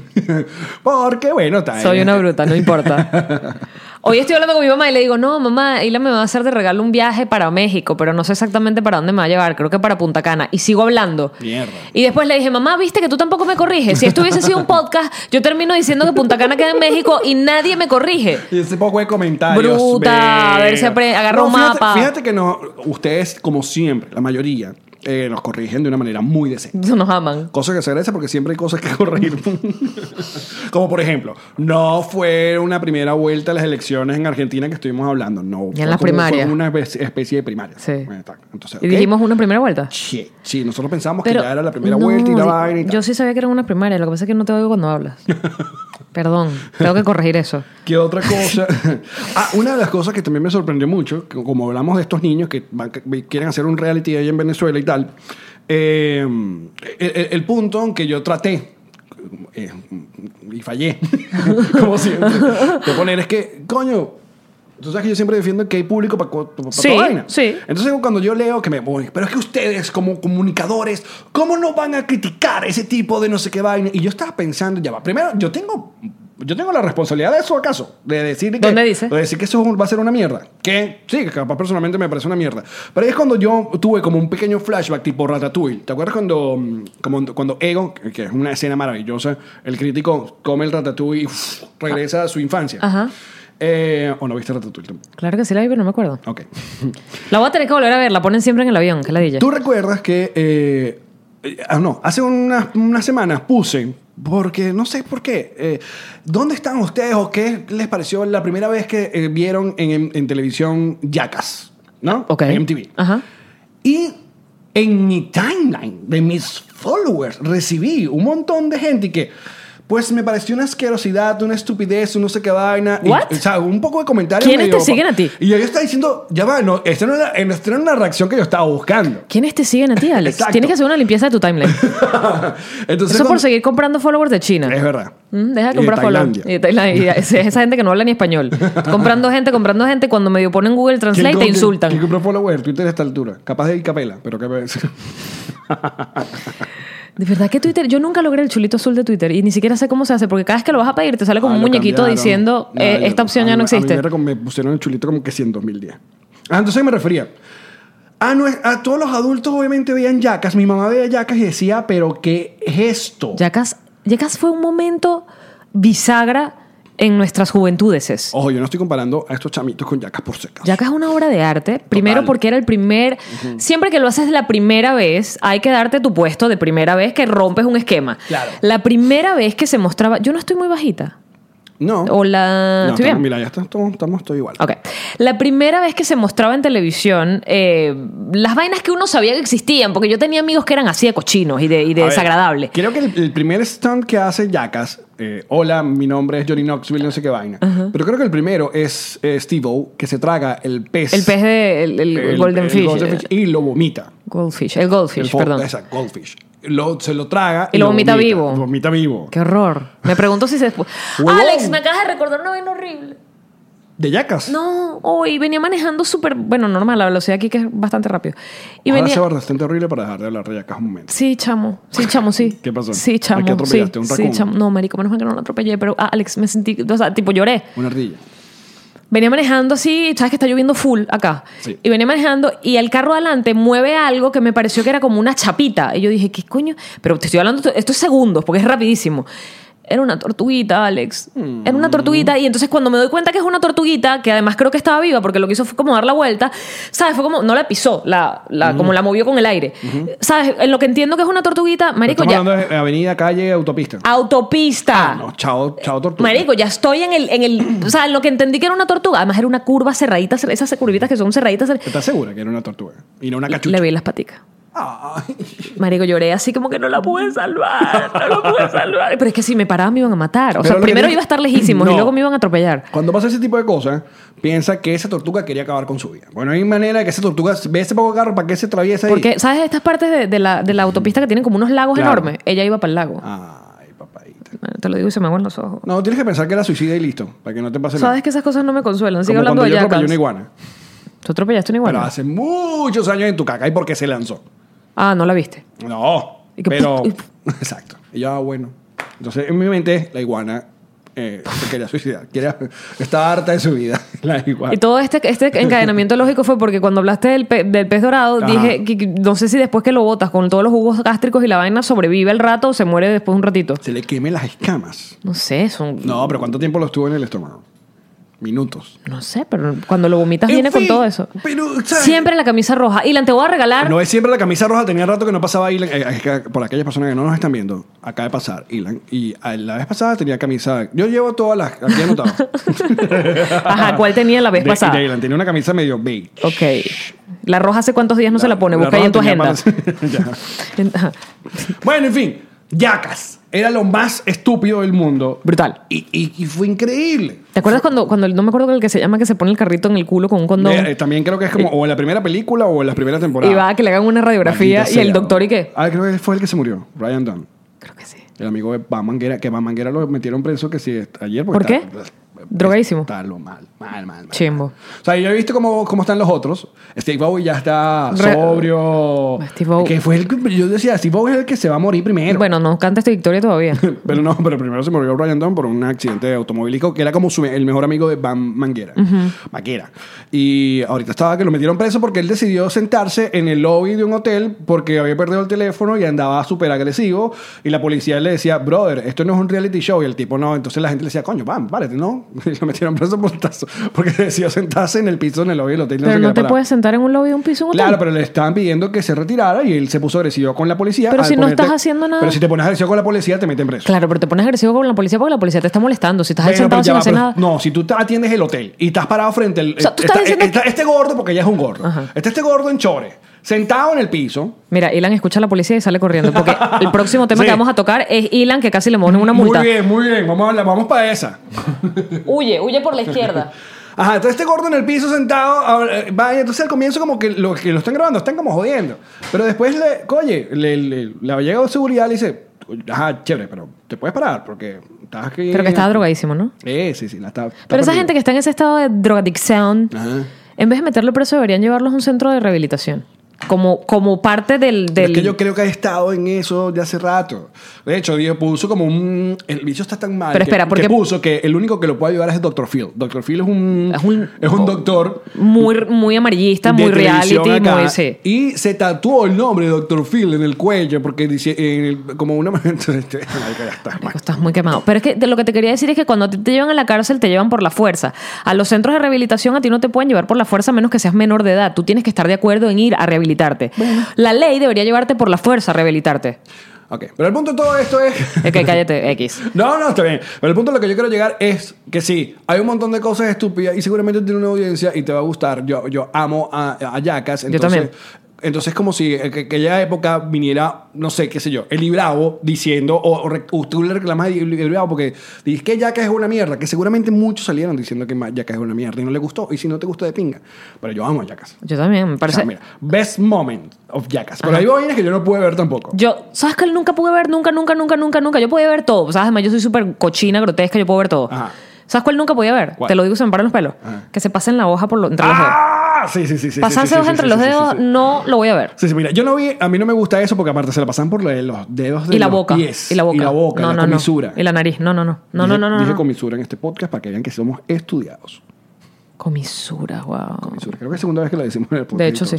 B: Porque bueno, está
A: Soy
B: eh,
A: una bruta, no importa. Hoy estoy hablando con mi mamá y le digo, no, mamá, Ila me va a hacer de regalo un viaje para México, pero no sé exactamente para dónde me va a llevar, creo que para Punta Cana. Y sigo hablando.
B: Mierda.
A: Y después le dije, mamá, viste que tú tampoco me corriges. Si esto hubiese sido un podcast, yo termino diciendo que Punta Cana queda en México y nadie me corrige.
B: Y ese poco de comentarios.
A: Bruta,
B: verga.
A: a ver si apre- agarró un
B: fíjate,
A: mapa.
B: Fíjate que no, ustedes, como siempre, la mayoría, eh, nos corrigen de una manera muy decente.
A: Nos aman.
B: Cosa que se agradece porque siempre hay cosas que corregir. Como por ejemplo, no fue una primera vuelta a las elecciones en Argentina que estuvimos hablando. No.
A: Ya en
B: Fue
A: la
B: como-
A: primaria.
B: Fue una espe- especie de primaria.
A: Sí.
B: Bueno, está. Entonces,
A: Y
B: ok.
A: dijimos una primera vuelta.
B: Shit. Sí, nosotros pensamos
A: Pero-
B: que ya era la primera
A: no,
B: vuelta y la
A: di-
B: vaina y tal.
A: Yo sí sabía que era una primaria, lo que pasa es que no te oigo cuando hablas. Perdón, tengo que corregir eso.
B: ¿Qué otra cosa? ah, una de las cosas que también me sorprendió mucho, que como hablamos de estos niños que, van- que quieren hacer un reality ahí en Venezuela y tal, eh, el, el- el punto que yo traté eh, y fallé, como siempre. Te poner es que, coño, tú sabes que yo siempre defiendo que hay público para
A: Sí,
B: toda vaina.
A: sí.
B: Entonces cuando yo leo que me voy, pero es que ustedes como comunicadores, ¿cómo no van a criticar ese tipo de no sé qué vaina? Y yo estaba pensando, ya va, primero, yo tengo... Yo tengo la responsabilidad de eso, ¿acaso? De decir que...
A: ¿Dónde dice?
B: de decir que eso va a ser una mierda. Que sí, que capaz personalmente me parece una mierda. Pero ahí es cuando yo tuve como un pequeño flashback tipo Ratatouille. ¿Te acuerdas cuando, mm, como, cuando Ego, que es una escena maravillosa, el crítico come el Ratatouille y uff, regresa a su infancia?
A: Ajá.
B: Eh, ¿O no viste Ratatouille? tampoco?
A: Claro que sí la vi, pero no me acuerdo.
B: Ok.
A: La voy a tener que volver a ver, la ponen siempre en el avión, que la dije.
B: ¿Tú recuerdas que... eh, eh, ah, no, hace unas, unas semanas puse... Porque no sé por qué. eh, ¿Dónde están ustedes o qué les pareció la primera vez que eh, vieron en, en- en televisión Yacas? ¿No?
A: Ah, Ok.
B: En MTV.
A: Ajá.
B: Y en mi timeline de mis followers recibí un montón de gente que, pues me pareció una asquerosidad, una estupidez, un no sé qué vaina. Y,
A: What?
B: o sea, un poco de comentarios.
A: ¿Quiénes
B: medio-
A: te siguen a ti?
B: Y yo estaba diciendo, ya va, no, esta no era, esta no era la reacción que yo estaba buscando.
A: ¿Quiénes te siguen a ti, Alex?
B: Exacto.
A: Tienes que hacer una limpieza de tu timeline.
B: Entonces,
A: Eso por
B: cuando-
A: seguir comprando followers de China.
B: Es verdad.
A: Mm, Deja de
B: Y de
A: comprar followers.
B: Tailandia.
A: Y de Tailandia. Y Es esa gente que no habla ni español. Comprando gente, comprando gente. Cuando medio ponen Google
B: ¿Quién
A: Translate,
B: compró-
A: te insultan.
B: ¿Quién compró follower? Twitter a esta altura. Capaz de ir capela, pero qué
A: De verdad que Twitter, yo nunca logré el chulito azul de Twitter y ni siquiera sé cómo se hace, porque cada vez que lo vas a pedir te sale
B: Ah,
A: como un muñequito diciendo eh, esta opción ya no existe.
B: me pusieron el chulito como que sí en 2010. Ah, entonces me refería. A, nue- a todos los adultos obviamente veían yacas. Mi mamá veía yacas y decía, pero ¿qué es esto?
A: Jackass, Jackass fue un momento bisagra en nuestras juventudes. es.
B: Ojo, yo no estoy comparando a estos chamitos con yacas por secas.
A: Jackass es una obra de arte, primero
B: Total.
A: porque era el primer, siempre que lo haces la primera vez, hay que darte tu puesto de primera vez que rompes un esquema.
B: Claro.
A: La primera vez que se mostraba, yo no estoy muy bajita.
B: No.
A: O la-
B: No,
A: ¿Estoy bien?
B: estamos- Mira, ya está- estamos, estamos todo igual.
A: Ok. La primera vez que se mostraba en televisión, eh, las vainas que uno sabía que existían, porque yo tenía amigos que eran así de cochinos y de, y de
B: A ver,
A: desagradables.
B: Creo que el, el primer stunt que hace Jackass, eh, hola, mi nombre es Johnny Knoxville, no sé qué vaina. Pero creo que el primero es Steve-O, que se traga el pez.
A: El pez de el, el
B: el-
A: Golden
B: el
A: Fish.
B: Golden Fish y lo vomita.
A: Goldfish. El
B: El
A: Goldfish,
B: fo-
A: perdón.
B: Esa, goldfish. Lo- se lo traga
A: Y lo vomita vivo.
B: Lo vomita vivo.
A: Qué horror. Me pregunto si se después.
B: Huevón.
A: Alex, me acabas de recordar una vaina horrible.
B: ¿De yacas?
A: No, hoy venía manejando súper, bueno, normal, la velocidad aquí que es bastante rápido. Y
B: Ahora
A: venía
B: se va bastante horrible para dejar de hablar de yacas un momento.
A: Sí, chamo. Sí, chamo, sí.
B: ¿Qué pasó?
A: Sí,
B: ¿A
A: chamo.
B: qué
A: sí,
B: atropellaste? ¿Un
A: sí,
B: raccoon?
A: chamo. No, marico, menos mal que no lo atropellé, pero ah, Alex, me sentí, o sea, tipo lloré.
B: Una ardilla.
A: Venía manejando así, sabes que está lloviendo full acá.
B: Sí.
A: Y venía manejando y el carro adelante mueve algo que me pareció que era como una chapita. Y yo dije, ¿qué coño? Pero te estoy hablando, esto es segundos, porque es rapidísimo. Era una tortuguita, Alex. Era
B: Mm.
A: una tortuguita. Y entonces cuando me doy cuenta que es una tortuguita, que además creo que estaba viva, porque lo que hizo fue como dar la vuelta, ¿sabes? Fue como, no la pisó, la, la- como la movió con el aire. ¿Sabes? En lo que entiendo que es una tortuguita, Marico,
B: Estamos
A: ya...
B: hablando de avenida, calle, autopista.
A: Autopista.
B: No, chao, chao, tortuga.
A: Marico, ya estoy en el, en el. O sea, en lo que entendí que era una tortuga. Además, era una curva cerradita, cer- esas curvitas que son cerraditas. cer-
B: ¿Estás segura que era una tortuga? Y no una cachucha.
A: Le vi las paticas.
B: Ay.
A: Marico, lloré así como que no la pude salvar. No la pude salvar. Pero es que si me paraban me iban a matar. O
B: Pero
A: sea,
B: lo que
A: primero
B: tiene-
A: iba a estar lejísimos y
B: No.
A: luego me iban a atropellar.
B: Cuando pasa ese tipo de cosas, piensa que esa tortuga quería acabar con su vida. Bueno, hay manera de que esa tortuga ve ese poco de carro para que se atraviesa ahí.
A: Porque, ¿sabes? Estas partes de, de la, de la autopista que tienen como unos lagos
B: Claro.
A: enormes. Ella iba para el lago.
B: Ay, papadita.
A: Bueno, te lo digo y se me aguan los ojos.
B: No, tienes que pensar que era suicida y listo, para que no te pase
A: Sabes
B: nada.
A: que esas cosas no me consuelan. Sigue
B: Como
A: hablando
B: cuando
A: de
B: yo atropellé
A: yacas.
B: una iguana.
A: ¿Tú atropellaste una
B: Pero
A: iguana?
B: hace muchos años en tu caca. ¿Y por qué se lanzó?
A: Ah, no la viste.
B: No.
A: Y que
B: pero.
A: puf, y puf.
B: Exacto. Y yo, ah, bueno. Entonces, en mi mente, la iguana eh, se quería suicidar. Quería, estaba harta de su vida. La iguana.
A: Y todo este, este encadenamiento lógico fue porque cuando hablaste del, pe- del pez dorado,
B: Ajá.
A: dije, que- que no sé si después que lo botas con todos los jugos gástricos y la vaina sobrevive el rato o se muere después de un ratito.
B: Se le quemen las escamas.
A: No sé, son... No,
B: No, pero ¿cuánto tiempo lo estuvo en el estómago? Minutos.
A: sé, pero cuando lo vomitas
B: En
A: viene con
B: fin,
A: todo eso.
B: pero, ¿sabes?
A: Siempre la camisa roja. Y la te voy a regalar...
B: No es siempre la camisa roja, tenía rato que no pasaba Ilan. Eh, es que por aquellas personas que no nos están viendo, acaba de pasar Ilan. Y a la vez pasada tenía camisa. Yo llevo todas las. Aquí anotado.
A: Ajá, ¿cuál tenía la vez
B: De-
A: pasada?
B: De Ilan tenía una camisa medio beige.
A: Ok. La roja hace cuántos días no se la pone. Busca ahí
B: roja
A: en tu
B: tenía
A: agenda.
B: para- Ya.
A: Ajá.
B: Bueno, en fin, Yacas. Era lo más estúpido del mundo.
A: Brutal.
B: Y, y- y fue increíble.
A: ¿Te acuerdas cuando, cuando... No me acuerdo el que se llama que se pone el carrito en el culo con un condón.
B: Eh, eh, también creo que es como o en la primera película o en la primera temporada.
A: y va a que le hagan una radiografía
B: Maldita
A: y el
B: sea, Ah,
A: doctor y
B: ¿no?
A: qué.
B: Ah, creo que fue el que se murió, Ryan Dunn.
A: Creo que sí.
B: El amigo de Pan Manguera, que Pan Manguera lo metieron preso que sí ayer.
A: ¿Por qué? Drogadísimo.
B: Está lo mal, mal, mal. mal.
A: Chimbo.
B: O sea, yo he visto cómo, cómo están los otros. Steve Bowie ya está
A: Re-
B: sobrio.
A: Steve Bowie.
B: Que fue el que yo decía, Steve Bowie es el que se va a morir primero.
A: Bueno, no canta esta victoria todavía.
B: Pero no, pero primero se murió Brian Dunn por un accidente automovilístico que era como su- el mejor amigo de Van Manguera. Manguera. Y ahorita estaba que lo metieron preso porque él decidió sentarse en el lobby de un hotel porque había perdido el teléfono y andaba súper agresivo. Y la policía le decía, brother, esto no es un reality show. Y el tipo no. Entonces la gente le decía, coño, van, párate, no. Y lo metieron preso por tazo, porque decidió sentarse en el piso en el lobby del hotel. y
A: pero
B: se
A: no
B: quería
A: te
B: parar.
A: puedes sentar en un lobby de un piso. en un hotel.
B: Claro, pero le estaban pidiendo que se retirara y él se puso agresivo con la policía.
A: Pero
B: al
A: si no estás haciendo nada.
B: Pero si te pones agresivo con la policía, te meten preso.
A: Claro, pero te pones agresivo con la policía porque la policía te está molestando. Si estás ahí
B: Bueno,
A: sentado
B: pero ya
A: sin
B: va,
A: hacer
B: pero-
A: nada.
B: No, si tú te atiendes el hotel y estás parado frente al.
A: O sea, tú estás
B: está-
A: diciendo
B: está este gordo, porque ya es un gordo.
A: Ajá.
B: Está este gordo en chores, sentado en el piso.
A: Mira, Ilan escucha a la policía y sale corriendo. Porque el próximo tema
B: Sí.
A: que vamos a tocar es Ilan que casi le ponen una multa.
B: Muy bien, muy bien. Vamos, a la- vamos para esa.
A: Huye, huye por la izquierda.
B: Ajá, entonces este gordo en el piso sentado. ahora, eh, va, y entonces al comienzo, como que los que lo están grabando están como jodiendo. Pero después, le, oye, le, le, le llega de seguridad y le dice: Ajá, chévere, pero te puedes parar porque estás aquí.
A: Pero que estaba drogadísimo, ¿no?
B: Eh, sí, sí, la está. está
A: Pero esa
B: perdido. Ah.
A: gente que está en ese estado de drogadicción,
B: Ajá.
A: en vez de meterlo preso, deberían llevarlos a un centro de rehabilitación. Como, como parte del.
B: Pero
A: del...
B: Es que yo creo que ha estado en eso de hace rato. De hecho, Dios puso como un. El bicho está tan mal.
A: Pero espera,
B: que,
A: porque-
B: que puso que el único que lo puede ayudar es el Dr. Phil. Dr. Phil es un.
A: Es un-
B: doctor.
A: Muy, muy amarillista,
B: de
A: muy
B: televisión
A: reality,
B: acá,
A: muy. Sí.
B: Y se tatuó el nombre de Dr. Phil en el cuello porque dice. en el- como una. Entonces, este, marica, ya está mal.
A: Marico, Estás muy quemado. Pero es que de lo que te quería decir es que cuando a ti te llevan a la cárcel, te llevan por la fuerza. A los centros de rehabilitación a ti no te pueden llevar por la fuerza a menos que seas menor de edad. Tú tienes que estar de acuerdo en ir a rehabilitarte. La ley debería llevarte por la fuerza a rehabilitarte.
B: Ok. Pero el punto de todo esto es.
A: Es que cállate, X.
B: No, no, está bien. Pero el punto a lo que yo quiero llegar es que sí, hay un montón de cosas estúpidas y seguramente tiene una audiencia y te va a gustar. Yo, yo amo a, a Yacas.
A: Yo
B: Entonces,
A: también.
B: Entonces, como si en aqu- aquella época viniera, no sé, qué sé yo, Eli Bravo diciendo, o, o re- o tú le reclamas a Eli Eli Bravo porque dices que Yacas es una mierda, que seguramente muchos salieron diciendo que Ma- Yacas es una mierda y no le gustó. Y si no te gusta de pinga. Pero yo amo a Yacas.
A: Yo también, me parece.
B: mira, best moment of Yacas. Pero hay vainas que yo no pude ver tampoco.
A: Yo, ¿sabes que nunca pude ver? Nunca, nunca, nunca, nunca, nunca. Yo podía ver todo. ¿Sabes? Además, yo soy súper cochina, grotesca, yo puedo ver todo.
B: Ajá.
A: ¿Sabes cuál nunca podía ver?
B: ¿Cuál?
A: Te lo digo, se me paran los pelos. Que se pasen la hoja por lo- entre los dedos.
B: ¡Ah! Sí, sí, sí. sí
A: Pasarse
B: sí, sí,
A: hoja
B: sí,
A: entre
B: sí,
A: los
B: sí, sí,
A: dedos
B: sí.
A: no lo voy a ver.
B: Sí, sí, mira, yo no vi, a mí no me gusta eso porque aparte se la pasan por la- los dedos de
A: y la
B: los
A: boca.
B: pies,
A: y la boca.
B: y la boca,
A: no,
B: la
A: no,
B: comisura.
A: No. Y la nariz. No, no, no. No, no,
B: Dije-
A: no, no.
B: Dije
A: no.
B: comisura en este podcast para que vean que somos estudiados.
A: Comisura, wow.
B: Comisura. Creo que es la segunda vez que la decimos en el podcast.
A: De hecho, sí.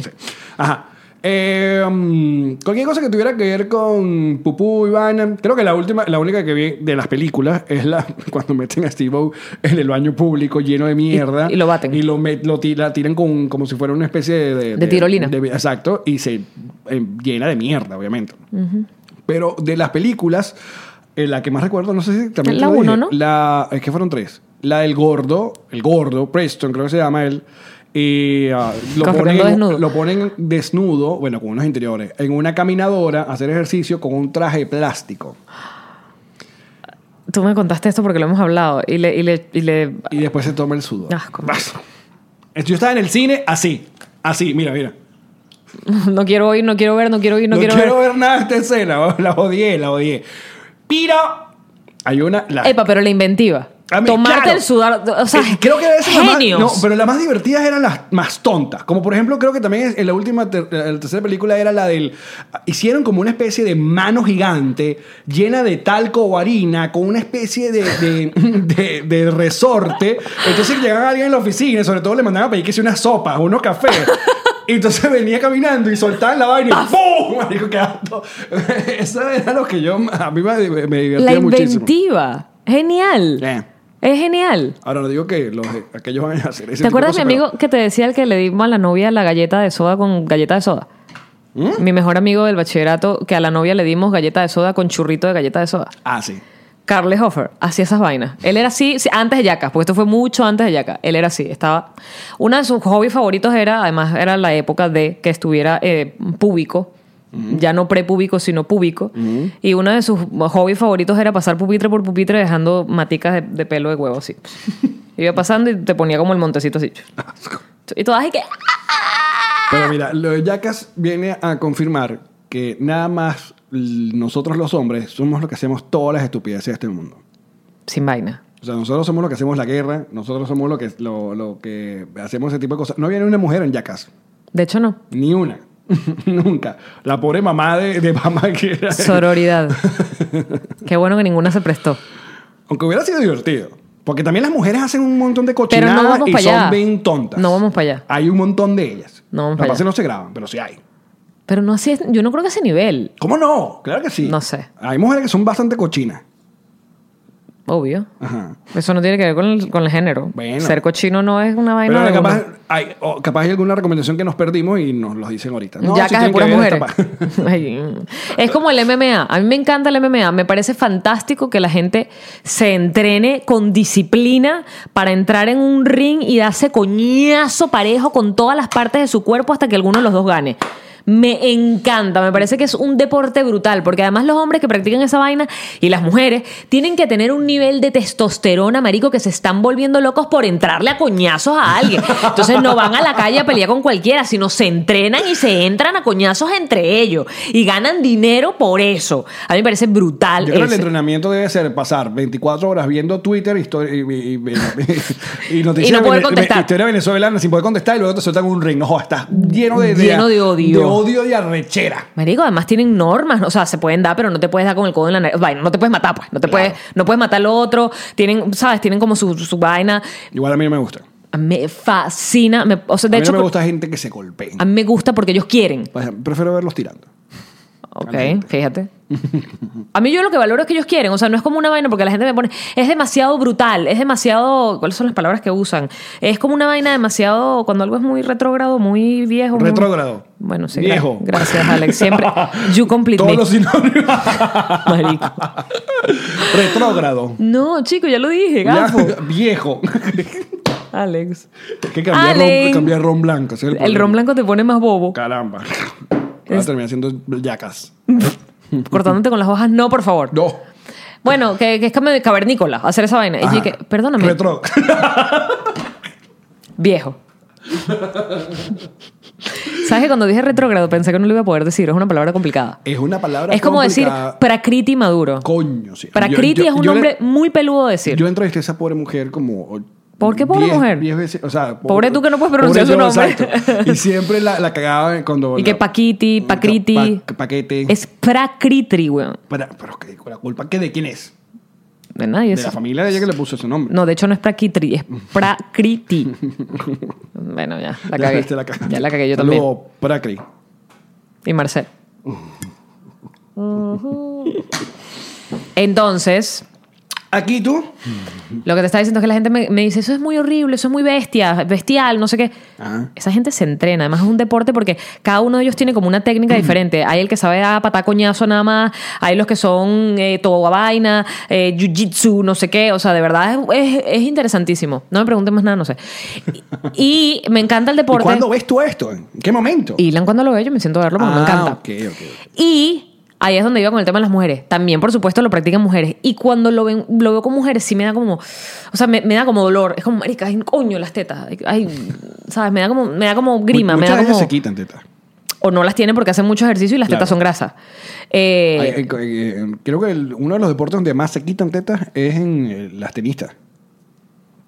B: Ajá. Eh, mm, cualquier cosa que tuviera que ver con Pupú y Vaina. Creo que la última, la única que vi de las películas es la cuando meten a Steve en el baño público lleno de mierda.
A: Y- y lo baten.
B: Y lo, met- lo ti- la tiran con, como si fuera una especie de.
A: De tirolina.
B: de- exacto. Y se eh, llena de mierda, obviamente. Pero de las películas, eh, la que más recuerdo, no sé si también. te
A: La
B: lo dije,
A: uno, ¿no?
B: La, es que fueron tres. La del gordo, el gordo, Preston, creo que se llama él. Y ah, lo,
A: Corriendo
B: ponen,
A: desnudo.
B: lo ponen desnudo, bueno, con unos interiores, en una caminadora a hacer ejercicio con un traje de plástico.
A: Tú me contaste esto porque lo hemos hablado. Y le. Y le, y le-
B: Y después se toma el sudor.
A: Ah, cómo.
B: Yo estaba en el cine así, así, mira, mira.
A: No quiero oír, no quiero ver, no quiero oír, no, quiero, ver.
B: nada de esta escena, la odié, la odié. Pira, hay una... la-
A: Epa, pero la inventiva.
B: A mí,
A: Tomarte
B: claro.
A: el sudar. O sea,
B: Eh, creo que a veces las más-
A: genios.
B: no, pero las más divertidas eran las más tontas. Como por ejemplo, creo que también en la última, ter- eh, la tercera película era la del. ah, Hicieron como una especie de mano gigante llena de talco o harina con una especie de, de, de- de resorte. Entonces llegaba alguien en la oficina, y sobre todo le mandaban a pedir que hiciera unas sopas, unos cafés. Y entonces venía caminando y soltaban la vaina y ¡pum! Marico, qué asco. Eso era lo que yo. A mí me, me divertía
A: La
B: muchísimo.
A: inventiva. Genial.
B: Eh.
A: Es genial.
B: Ahora no digo que los, aquellos van a hacer ese
A: ¿Te acuerdas
B: de
A: mi amigo que te decía el que le dimos a la novia la galleta de soda con galleta de soda?
B: ¿Mm?
A: Mi mejor amigo del bachillerato que a la novia le dimos galleta de soda con churrito de galleta de soda.
B: Ah, sí.
A: Carles Hoffer hacía esas vainas. Él era así sí, antes de Yacas, porque esto fue mucho antes de Yacas. Él era así, estaba... Uno de sus hobbies favoritos era, además, era la época de que estuviera eh, público. Ya no prepúbico, sino público. Y uno de sus hobbies favoritos era pasar pupitre por pupitre dejando maticas de, de pelo de huevo así. Iba pasando y te ponía como el montecito así. Y todas y que...
B: Pero mira, lo de Jackass viene a confirmar que nada más l- nosotros los hombres somos los que hacemos todas las estupideces de este mundo.
A: Sin vaina.
B: O sea, nosotros somos los que hacemos la guerra, nosotros somos los que, lo, lo que hacemos ese tipo de cosas. No viene una mujer en Yacas,
A: De hecho, no.
B: ni una. Nunca. La pobre mamá de, de mamá que era.
A: Sororidad. Qué bueno que ninguna se prestó.
B: Aunque hubiera sido divertido. Porque también las mujeres hacen un montón de
A: Pero
B: cochinadas
A: no vamos
B: y
A: para
B: son
A: allá.
B: bien tontas.
A: No vamos para allá.
B: Hay un montón de ellas.
A: No vamos
B: Las
A: para
B: bases
A: allá.
B: no se graban, pero sí hay.
A: Pero no así es- yo no creo que ese nivel,
B: ¿Cómo no? Claro que sí.
A: No sé.
B: Hay mujeres que son bastante cochinas.
A: obvio.
B: Ajá.
A: Eso no tiene que ver con el, con el género.
B: Bueno.
A: Ser cochino no es una vaina
B: Pero
A: de
B: capaz
A: uno.
B: hay, o capaz hay alguna recomendación que nos perdimos y nos los dicen ahorita. No,
A: Yacas
B: sí
A: de
B: tienen que
A: puras
B: ver
A: mujeres.
B: esta pa-
A: Ay, mm. es como el MMA. A mí me encanta el MMA. Me parece fantástico que la gente se entrene con disciplina para entrar en un ring y darse coñazo parejo con todas las partes de su cuerpo hasta que alguno de los dos gane. Me encanta, me parece que es un deporte brutal, porque además los hombres que practican esa vaina y las mujeres tienen que tener un nivel de testosterona, marico, que se están volviendo locos por entrarle a coñazos a alguien. Entonces no van a la calle a pelear con cualquiera, sino se entrenan y se entran a coñazos entre ellos y ganan dinero por eso. A mí me parece brutal.
B: Yo creo que el
A: eso.
B: entrenamiento debe ser pasar 24 horas viendo Twitter histori- y, y, y, y noticias
A: Y no poder
B: vene-
A: contestar.
B: historia venezolana sin poder contestar y luego te sueltan un ring. No, estás lleno de,
A: Lleno de odio.
B: De odio y arrechera.
A: Marico, además tienen normas, o sea, se pueden dar, pero no te puedes dar con el codo en la nariz. Vaina, no te puedes matar, pues. No te puedes, no puedes matar al otro. Tienen, sabes, tienen como su, su vaina.
B: Igual a mí no me gusta.
A: Me fascina. me- o sea, de
B: a mí
A: hecho,
B: no me
A: por-
B: gusta gente que se golpee.
A: a mí me gusta porque ellos quieren.
B: O sea, prefiero verlos tirando.
A: Ok, fíjate. A mí yo lo que valoro es que ellos quieren. O sea, no es como una vaina porque la gente me pone. Es demasiado brutal, es demasiado. ¿Cuáles son las palabras que usan? Es como una vaina demasiado. Cuando algo es muy retrógrado, muy viejo. muy-
B: Retrógrado.
A: Bueno, sí. gra-
B: Viejo.
A: gracias, Alex. Siempre. You complete
B: Todos
A: me.
B: los sinónimos.
A: Marico.
B: Retrógrado.
A: No, chico, ya lo dije, gafo.
B: Ya, viejo.
A: Alex.
B: Es que cambiar, ron,
A: Allen.
B: cambiar ron blanco. ese es
A: El ron
B: problema.
A: blanco te pone más bobo.
B: Caramba. Ahora terminar haciendo yacas.
A: Cortándote con las hojas, no, por favor.
B: No.
A: Bueno, que, que es como de cavernícola hacer esa vaina. Y yo
B: Ajá.
A: dije, perdóname,
B: Ah, Retro.
A: viejo. ¿Sabes que cuando dije retrógrado pensé que no lo iba a poder decir? Es una palabra complicada.
B: es una palabra.
A: Es como decir
B: complicada.
A: prakriti maduro.
B: Coño, sí.
A: Prakriti
B: Yo- yo-
A: es un
B: yo le-
A: nombre muy peludo de decir.
B: Yo entrevisté a esa pobre mujer como.
A: ¿Por qué pobre
B: diez-
A: mujer?
B: diez veces. O sea,
A: Pobre tú que no puedes pronunciar
B: pobre
A: su nombre.
B: exacto. Y siempre la, la cagaba cuando.
A: y que
B: la-
A: paquiti, pacriti.
B: Pa- paquete.
A: Es prakriti, weón.
B: Para- pero que, la culpa que de quién es.
A: De nadie.
B: De
A: es-
B: la familia de ella que le puso ese nombre.
A: No, de hecho no es prakitri, es prakriti. bueno, ya, la
B: Ya
A: cagué.
B: viste, Este la cagaste.
A: Ya la cagué yo también.
B: Saludo, Pracri.
A: Y Marcel. Entonces,
B: Aquí tú.
A: lo que te estaba diciendo es que la gente me, me dice, eso es muy horrible, eso es muy bestia, bestial, no sé qué.
B: Ajá.
A: Esa gente se entrena, además es un deporte porque cada uno de ellos tiene como una técnica diferente. Hay el que sabe dar patá coñazo nada más, hay los que son eh, todo vaina, eh, jiu-jitsu, no sé qué. O sea, de verdad es, es- es interesantísimo. No me pregunten más nada, no sé. Y, y me encanta el
B: ¿Y
A: deporte.
B: cuándo ves tú esto? ¿En qué momento?
A: Ilan, cuando lo veo, yo me siento a verlo porque me
B: Ah,
A: encanta.
B: ok, ok.
A: Y ahí es donde iba con el tema de las mujeres. También, por supuesto, lo practican mujeres. Y cuando lo, ven, lo veo con mujeres, sí me da como. O sea, me, me da como dolor. Es como, marica, ay, coño, las tetas. Ay, Ay, ¿sabes? Me da como, me da como grima.
B: Mu-
A: me da
B: muchas de ellas
A: como,
B: se quitan teta.
A: O no las tienen porque hacen mucho ejercicio y las
B: Claro.
A: tetas son grasas. Eh,
B: Ay, eh, eh, eh, creo que el- uno de los deportes donde más se quitan tetas es en eh, las tenistas.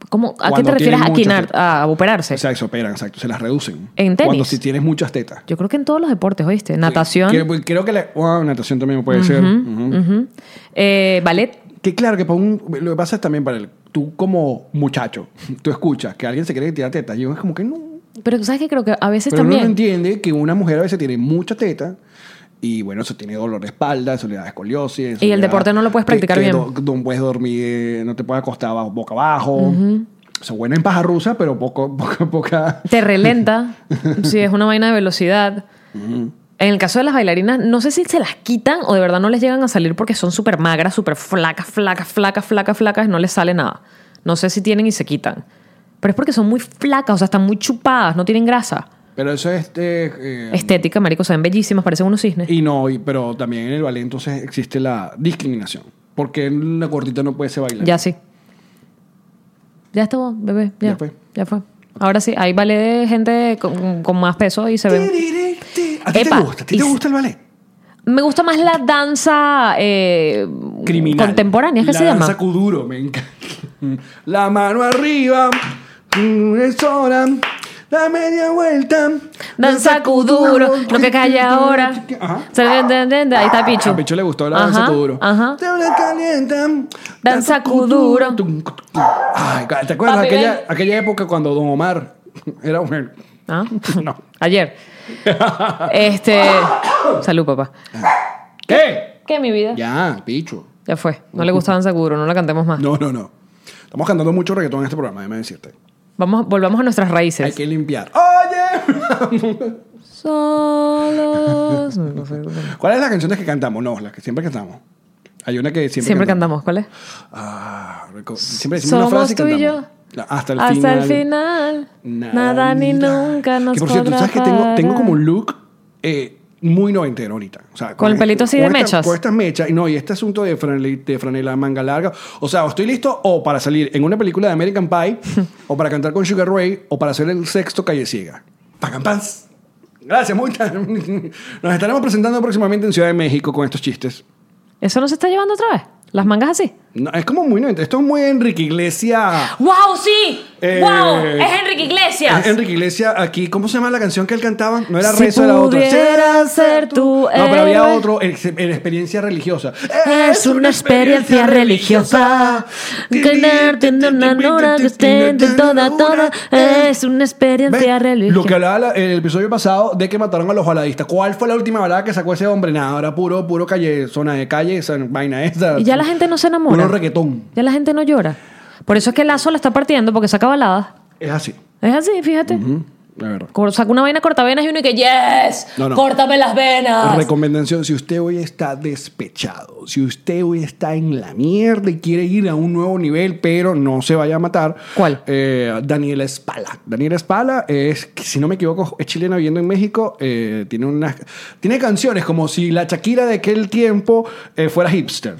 A: ¿cómo- ¿A qué
B: cuando
A: te refieres a
B: tienen muchas
A: quinar?
B: tetas.
A: A operarse.
B: O sea, se operan, exacto, se las reducen.
A: ¿En tenis?
B: Cuando si tienes muchas tetas.
A: Yo creo que en todos los deportes, ¿oíste? Natación.
B: Creo, creo que la. Wow, natación también puede ser. Ujú.
A: ujú. Eh, ballet.
B: Que claro, que para un, lo que pasa es también para el. Tú como muchacho, tú escuchas que alguien se quiere tirar tetas. Y yo es como que no.
A: Pero ¿sabes qué? Creo que a veces
B: Pero uno
A: también.
B: no entiende que una mujer a veces tiene mucha teta y bueno, eso tiene dolor de espalda, eso le da escoliosis. eso
A: Y
B: le
A: el
B: da-
A: deporte no lo puedes
B: que-
A: practicar
B: que
A: bien.
B: No, no puedes dormir, eh, no te puedes acostar abajo- boca abajo. O sea, buena en paja rusa, pero poco, poco, poca.
A: te relenta si es una vaina de velocidad. En el caso de las bailarinas, no sé si se las quitan o de verdad no les llegan a salir porque son súper magras, súper flacas, flacas, flacas, flacas, flacas, y no les sale nada. No sé si tienen y se quitan. Pero es porque son muy flacas, o sea, están muy chupadas, no tienen grasa.
B: Pero eso es. eh, eh,
A: Estética, marico, se ven bellísimas, parecen unos cisnes.
B: Y no, y- pero también en el ballet entonces existe la discriminación. Porque una gordita no puede ser bailar.
A: Ya sí. Ya estuvo, bebé. Ya,
B: Ya fue.
A: fue. Ya fue. Ahora sí, ahí vale de gente con, con más peso y se ven.
B: ¿A ti te
A: Epa,
B: gusta? ¿A ti te
A: y-
B: gusta el ballet?
A: Me gusta más la danza eh,
B: Criminal.
A: contemporánea, ¿qué
B: la
A: se llama?
B: danza Kuduro, me encanta. La mano arriba, mm, es hora, la media vuelta.
A: Danza Kuduro, lo que calle ahora.
B: Ajá. Ah,
A: Se le- de- de- de- Ahí está Pichu.
B: A Pichu le gustó la danza
A: Ajá,
B: Kuduro.
A: Ajá.
B: Te habla calienta.
A: Danza Kuduro.
B: Tum, tum, tum. Ay, ¿te acuerdas
A: Papi,
B: aquella,
A: ven.
B: aquella época cuando Don Omar era mujer?
A: Ah.
B: No.
A: Ayer. Este. Salud, papá.
B: ¿Qué?
A: ¿Qué, mi vida? Ya,
B: Ya, Pichu.
A: fue. No le gusta Danza Kuduro, no la cantemos más.
B: Uh-huh. No, no, no. Estamos cantando mucho reggaetón en este programa, déjame decirte.
A: Vamos, volvamos a nuestras
B: Hay
A: raíces.
B: que limpiar. ¡Oye!
A: Solos. No sé.
B: ¿Cuál es la canción que cantamos? No, las que siempre cantamos. Hay una que siempre,
A: Siempre cantamos, ¿cuál es?
B: Ah, reco- siempre decimos
A: Somos
B: una frase y
A: tú y yo.
B: cantamos. La- Hasta el
A: Hasta
B: final.
A: el final. Nada, ni nunca nos
B: Que por cierto,
A: podrá
B: ¿sabes que tengo, tengo como
A: parar.
B: un look eh, muy noventero ahorita? O sea, con,
A: el
B: este-
A: pelito así de
B: con esta-
A: mechas.
B: Con estas mechas. Y no, y este asunto de franela, de franela manga larga. O sea, o estoy listo o para salir en una película de American Pie, o para cantar con Sugar Ray, o para hacer el sexto Calle Ciega. ¡Pagan paz! Gracias, muchas. Nos estaremos presentando próximamente en Ciudad de México con estos chistes.
A: ¿Eso no se está llevando otra vez? ¿Las mangas así?
B: No, es como muy noventero. Esto es muy Enrique Iglesias.
A: ¡Wow, sí!
B: Eh,
A: ¡Wow! ¡Es Enrique Iglesias!
B: Enrique Iglesias aquí, ¿cómo se llama la canción que él cantaba? No era
A: Si
B: Rezo, era otra.
A: pudiera ser tu
B: No, pero había
A: héroe.
B: otro ex- en experiencia religiosa.
A: Es una experiencia religiosa. Tenerte en una nora que esté de toda, toda. Es una experiencia
B: ¿Ves? Lo que
A: religiosa.
B: hablaba la- el episodio pasado de que mataron a los baladistas. ¿Cuál fue la última balada que sacó ese hombre? Nada, ahora puro, puro calle, zona de calle, esa vaina esa.
A: Y ya la gente no se enamora.
B: Puro reggaetón.
A: Ya la gente no llora. Por eso es que Lazo la está partiendo porque saca baladas.
B: Es así.
A: Es así, fíjate.
B: Ujú, La verdad.
A: Cor- Saca una vaina corta venas y uno y que ¡Yes!
B: No, no.
A: ¡Córtame las venas!
B: Recomendación, si usted hoy está despechado, si usted hoy está en la mierda y quiere ir a un nuevo nivel, pero no se vaya a matar.
A: ¿Cuál?
B: Eh, Daniela Espala. Daniela Espala es, si no me equivoco, es chilena viviendo en México. eh, tiene, unas, tiene canciones como si la Shakira de aquel tiempo eh, fuera hipster.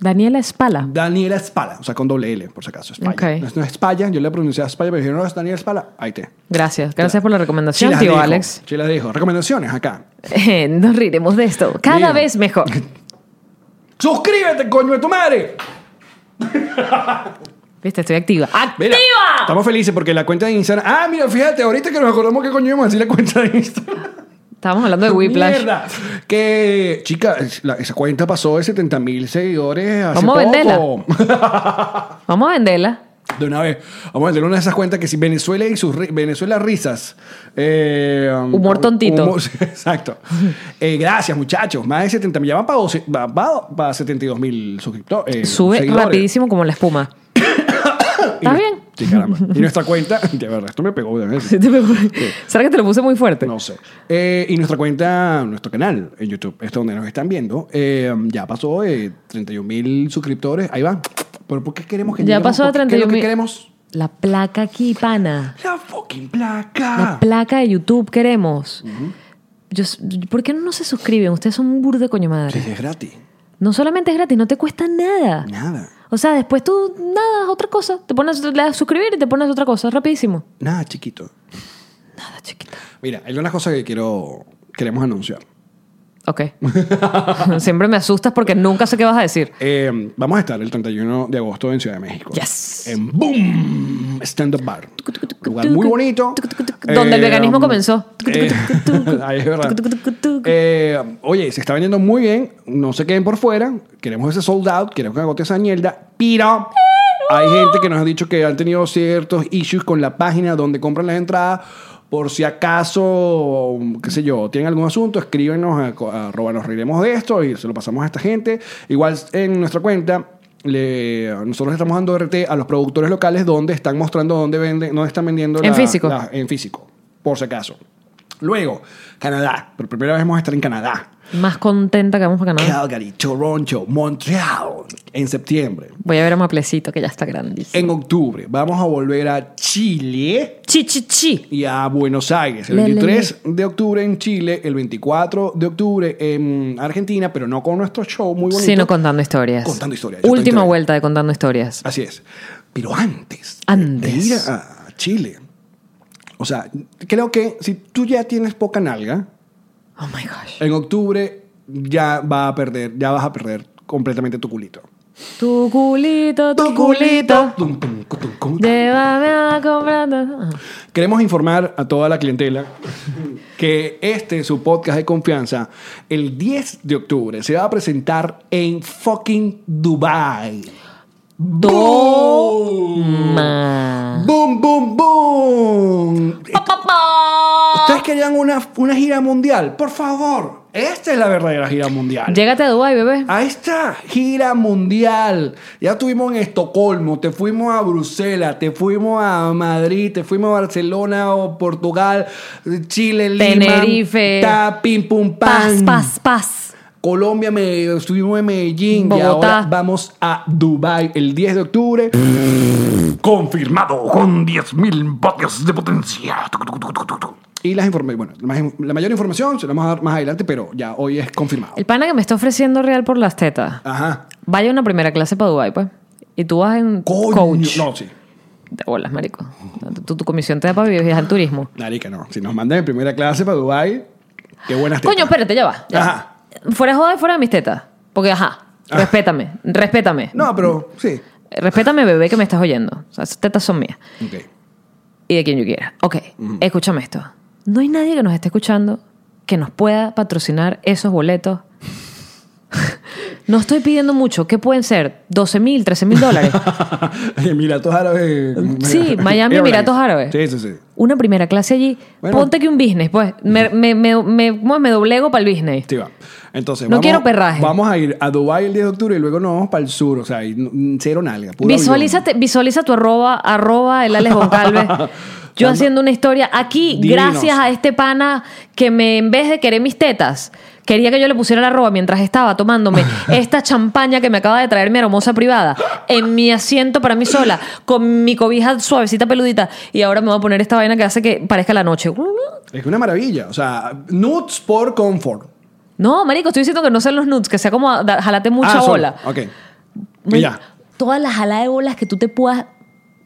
A: Daniela Espala.
B: Daniela Espala, o sea, con doble L, por si acaso. Espalla.
A: Ok.
B: No, es- no es Espalla, yo le pronunciaba Espalla, pero dijeron, no, es Daniela Espala. Ahí te.
A: Gracias. Gracias por la
B: Sí
A: recomendación,
B: las
A: tío
B: dejo,
A: Alex.
B: Sí las dejo. Recomendaciones acá.
A: Eh, Nos riremos de esto. Cada
B: Mira.
A: vez mejor.
B: ¡Suscríbete, coño de tu madre!
A: Viste, estoy activa.
B: Mira,
A: ¡Activa!
B: Estamos felices porque la cuenta de Instagram. Ah, mira, fíjate, ahorita que nos acordamos que coño íbamos a decir la cuenta de Instagram.
A: Estábamos hablando de Whiplash.
B: Mierda. Que, chica, es- la- esa cuenta pasó de 70 mil seguidores hace
A: Vamos a
B: poco.
A: Vamos a venderla.
B: De una vez. Vamos a tener una de esas cuentas que si Venezuela y sus ri- Venezuela risas. Eh, um,
A: Humor tontito.
B: exacto. Eh, gracias, muchachos. Más de 70 mil. Ya van para, 12 va- va- para 72 mil suscriptores. eh,
A: Sube
B: seguidores.
A: rapidísimo como la espuma.
B: Y nu-
A: ¿Estás bien?
B: Sí, caramba. Y nuestra cuenta, de verdad, esto me pegó. de verdad.
A: Sí, te pegó. ¿Será que te lo puse muy fuerte?
B: No sé. Eh, y nuestra cuenta, nuestro canal en YouTube, es donde nos están viendo, eh, ya pasó de 31 mil suscriptores. Ahí va. ¿Pero por qué queremos que
A: ya
B: lleguemos?
A: pasó a
B: ¿Por qué-
A: 31
B: ¿Qué es lo que
A: mil.
B: queremos?
A: La placa aquí, pana.
B: La fucking
A: La
B: placa.
A: placa de YouTube queremos. Yo s- ¿Por qué no se suscriben? Ustedes son un burro de coño madre.
B: Sí, es gratis.
A: No solamente es gratis, no te cuesta nada.
B: Nada.
A: O sea, después tú nada, otra cosa. Te pones le das suscribir y te pones otra cosa, rapidísimo.
B: Nada, chiquito.
A: Nada, chiquita.
B: Mira, hay una cosa que quiero, queremos anunciar.
A: Ok. Siempre me asustas porque nunca sé qué vas a decir.
B: Eh, vamos a estar el 31 de agosto en Ciudad de México.
A: Yes.
B: En Boom Stand Up Bar. Lugar muy bonito.
A: Donde el veganismo comenzó.
B: eh, ahí es verdad. Eh, oye, se está vendiendo muy bien. No se queden por fuera. Queremos ese sold out. Queremos que agote esa mierda. Pero hay gente que nos ha dicho que han tenido ciertos issues con la página donde compran las entradas. Por si acaso, qué sé yo, tienen algún asunto, escríbenos, a, co- a arroba, nos reiremos de esto y se lo pasamos a esta gente. Igual en nuestra cuenta le- nosotros estamos dando RT a los productores locales donde están mostrando dónde venden, dónde están vendiendo
A: En
B: la-
A: físico.
B: la- en físico, por si acaso. Luego, Canadá. Por primera vez vamos a estar en Canadá.
A: Más contenta que vamos a ganar.
B: Calgary, Toronto, Montreal en septiembre.
A: Voy a ver a Maplecito, que ya está grandísimo.
B: En octubre vamos a volver a Chile
A: Chi, chi, chi.
B: y a Buenos Aires. El
A: Le, le,
B: 23 de octubre en Chile, el 24 de octubre en Argentina, pero no con nuestro show muy bonito.
A: Sino contando historias.
B: Contando Ah. historias. Yo estoy
A: Última
B: entero.
A: vuelta de contando historias.
B: Así es. Pero antes,
A: Antes.
B: de ir a a Chile, o sea, creo que si tú ya tienes poca nalga,
A: Oh my gosh.
B: En octubre ya va a perder, ya vas a perder completamente tu culito.
A: Tu culito, tu culito.
B: Tum, tum, cu, tum, cu.
A: Llévame a comprar.
B: Queremos informar a toda la clientela que este, su podcast de confianza, el 10 de octubre se va a presentar en fucking Dubai.
A: Toma.
B: ¡Boom, boom, boom!
A: Ah.
B: ¿Ustedes querían una, una gira mundial? Por favor, esta es la verdadera gira mundial.
A: Llégate a Dubai, bebé.
B: A esta gira mundial. Ya estuvimos en Estocolmo, te fuimos a Bruselas, te fuimos a Madrid, te fuimos a Barcelona o Portugal, Chile, Lima,
A: Tenerife.
B: ta, pim, pum,
A: Paz,
B: pam.
A: paz, paz.
B: Colombia, me, estuvimos en Medellín y
A: Bogotá.
B: ahora vamos a Dubai el 10 de octubre.
D: Confirmado con 10.000 vatios de potencia. Tuc, tuc, tuc, tuc, tuc, tuc.
B: Y las informa- bueno, la ma- la mayor información se la vamos a dar más adelante, pero ya hoy es confirmado.
A: El pana que me está ofreciendo real por las tetas.
B: Ajá.
A: Vaya a una primera clase para Dubai, pues. Y tú vas en
B: Coño.
A: coach.
B: No, sí.
A: De bolas, marico. Tu, tu comisión te da para viajar al turismo.
B: Narica, no. Si nos mandan en primera clase para Dubai, qué buenas tetas.
A: Coño, espérate, ya va. ya va.
B: Ajá.
A: Fuera de joda y fuera de mis tetas. Porque, ajá,
B: Ah.
A: respétame, respétame.
B: No, pero sí.
A: Respétame, bebé, que me estás oyendo. O sea, esas tetas son mías.
B: Ok.
A: Y de quien yo quiera. Ok, escúchame esto. No hay nadie que nos esté escuchando que nos pueda patrocinar esos boletos. no estoy pidiendo mucho. ¿Qué pueden ser? ¿12 mil, 13 mil dólares?
B: Emiratos Árabes.
A: Sí, Miami,
B: Airlines.
A: Emiratos Árabes.
B: Sí, sí, sí.
A: Una primera clase allí.
B: Bueno.
A: Ponte que un business, pues. Me, me, me, me- ¿cómo es? Me doblego para el business.
B: Sí, va. Entonces,
A: No quiero perraje.
B: Vamos a ir a Dubai el 10 de octubre y luego nos vamos para el sur. O sea, y n- cero nalga. puro
A: Visualízate, visualiza tu arroba, arroba el Alex Goncalves. Yo
B: Anda.
A: haciendo una historia aquí,
B: Divinos.
A: gracias a este pana que me, en vez de querer mis tetas, quería que yo le pusiera la arroba mientras estaba tomándome esta champaña que me acaba de traer mi hermosa privada en mi asiento para mí sola, con mi cobija suavecita peludita. Y ahora me voy a poner esta vaina que hace que parezca la noche.
B: avión. Es una maravilla. O sea, nudes por comfort.
A: No, marico, estoy diciendo que no sean los nudes, que sea como a- da- jalate mucha
B: Ah, solo.
A: bola.
B: Ok. Y ya.
A: Todas las jaladas de bolas que tú te puedas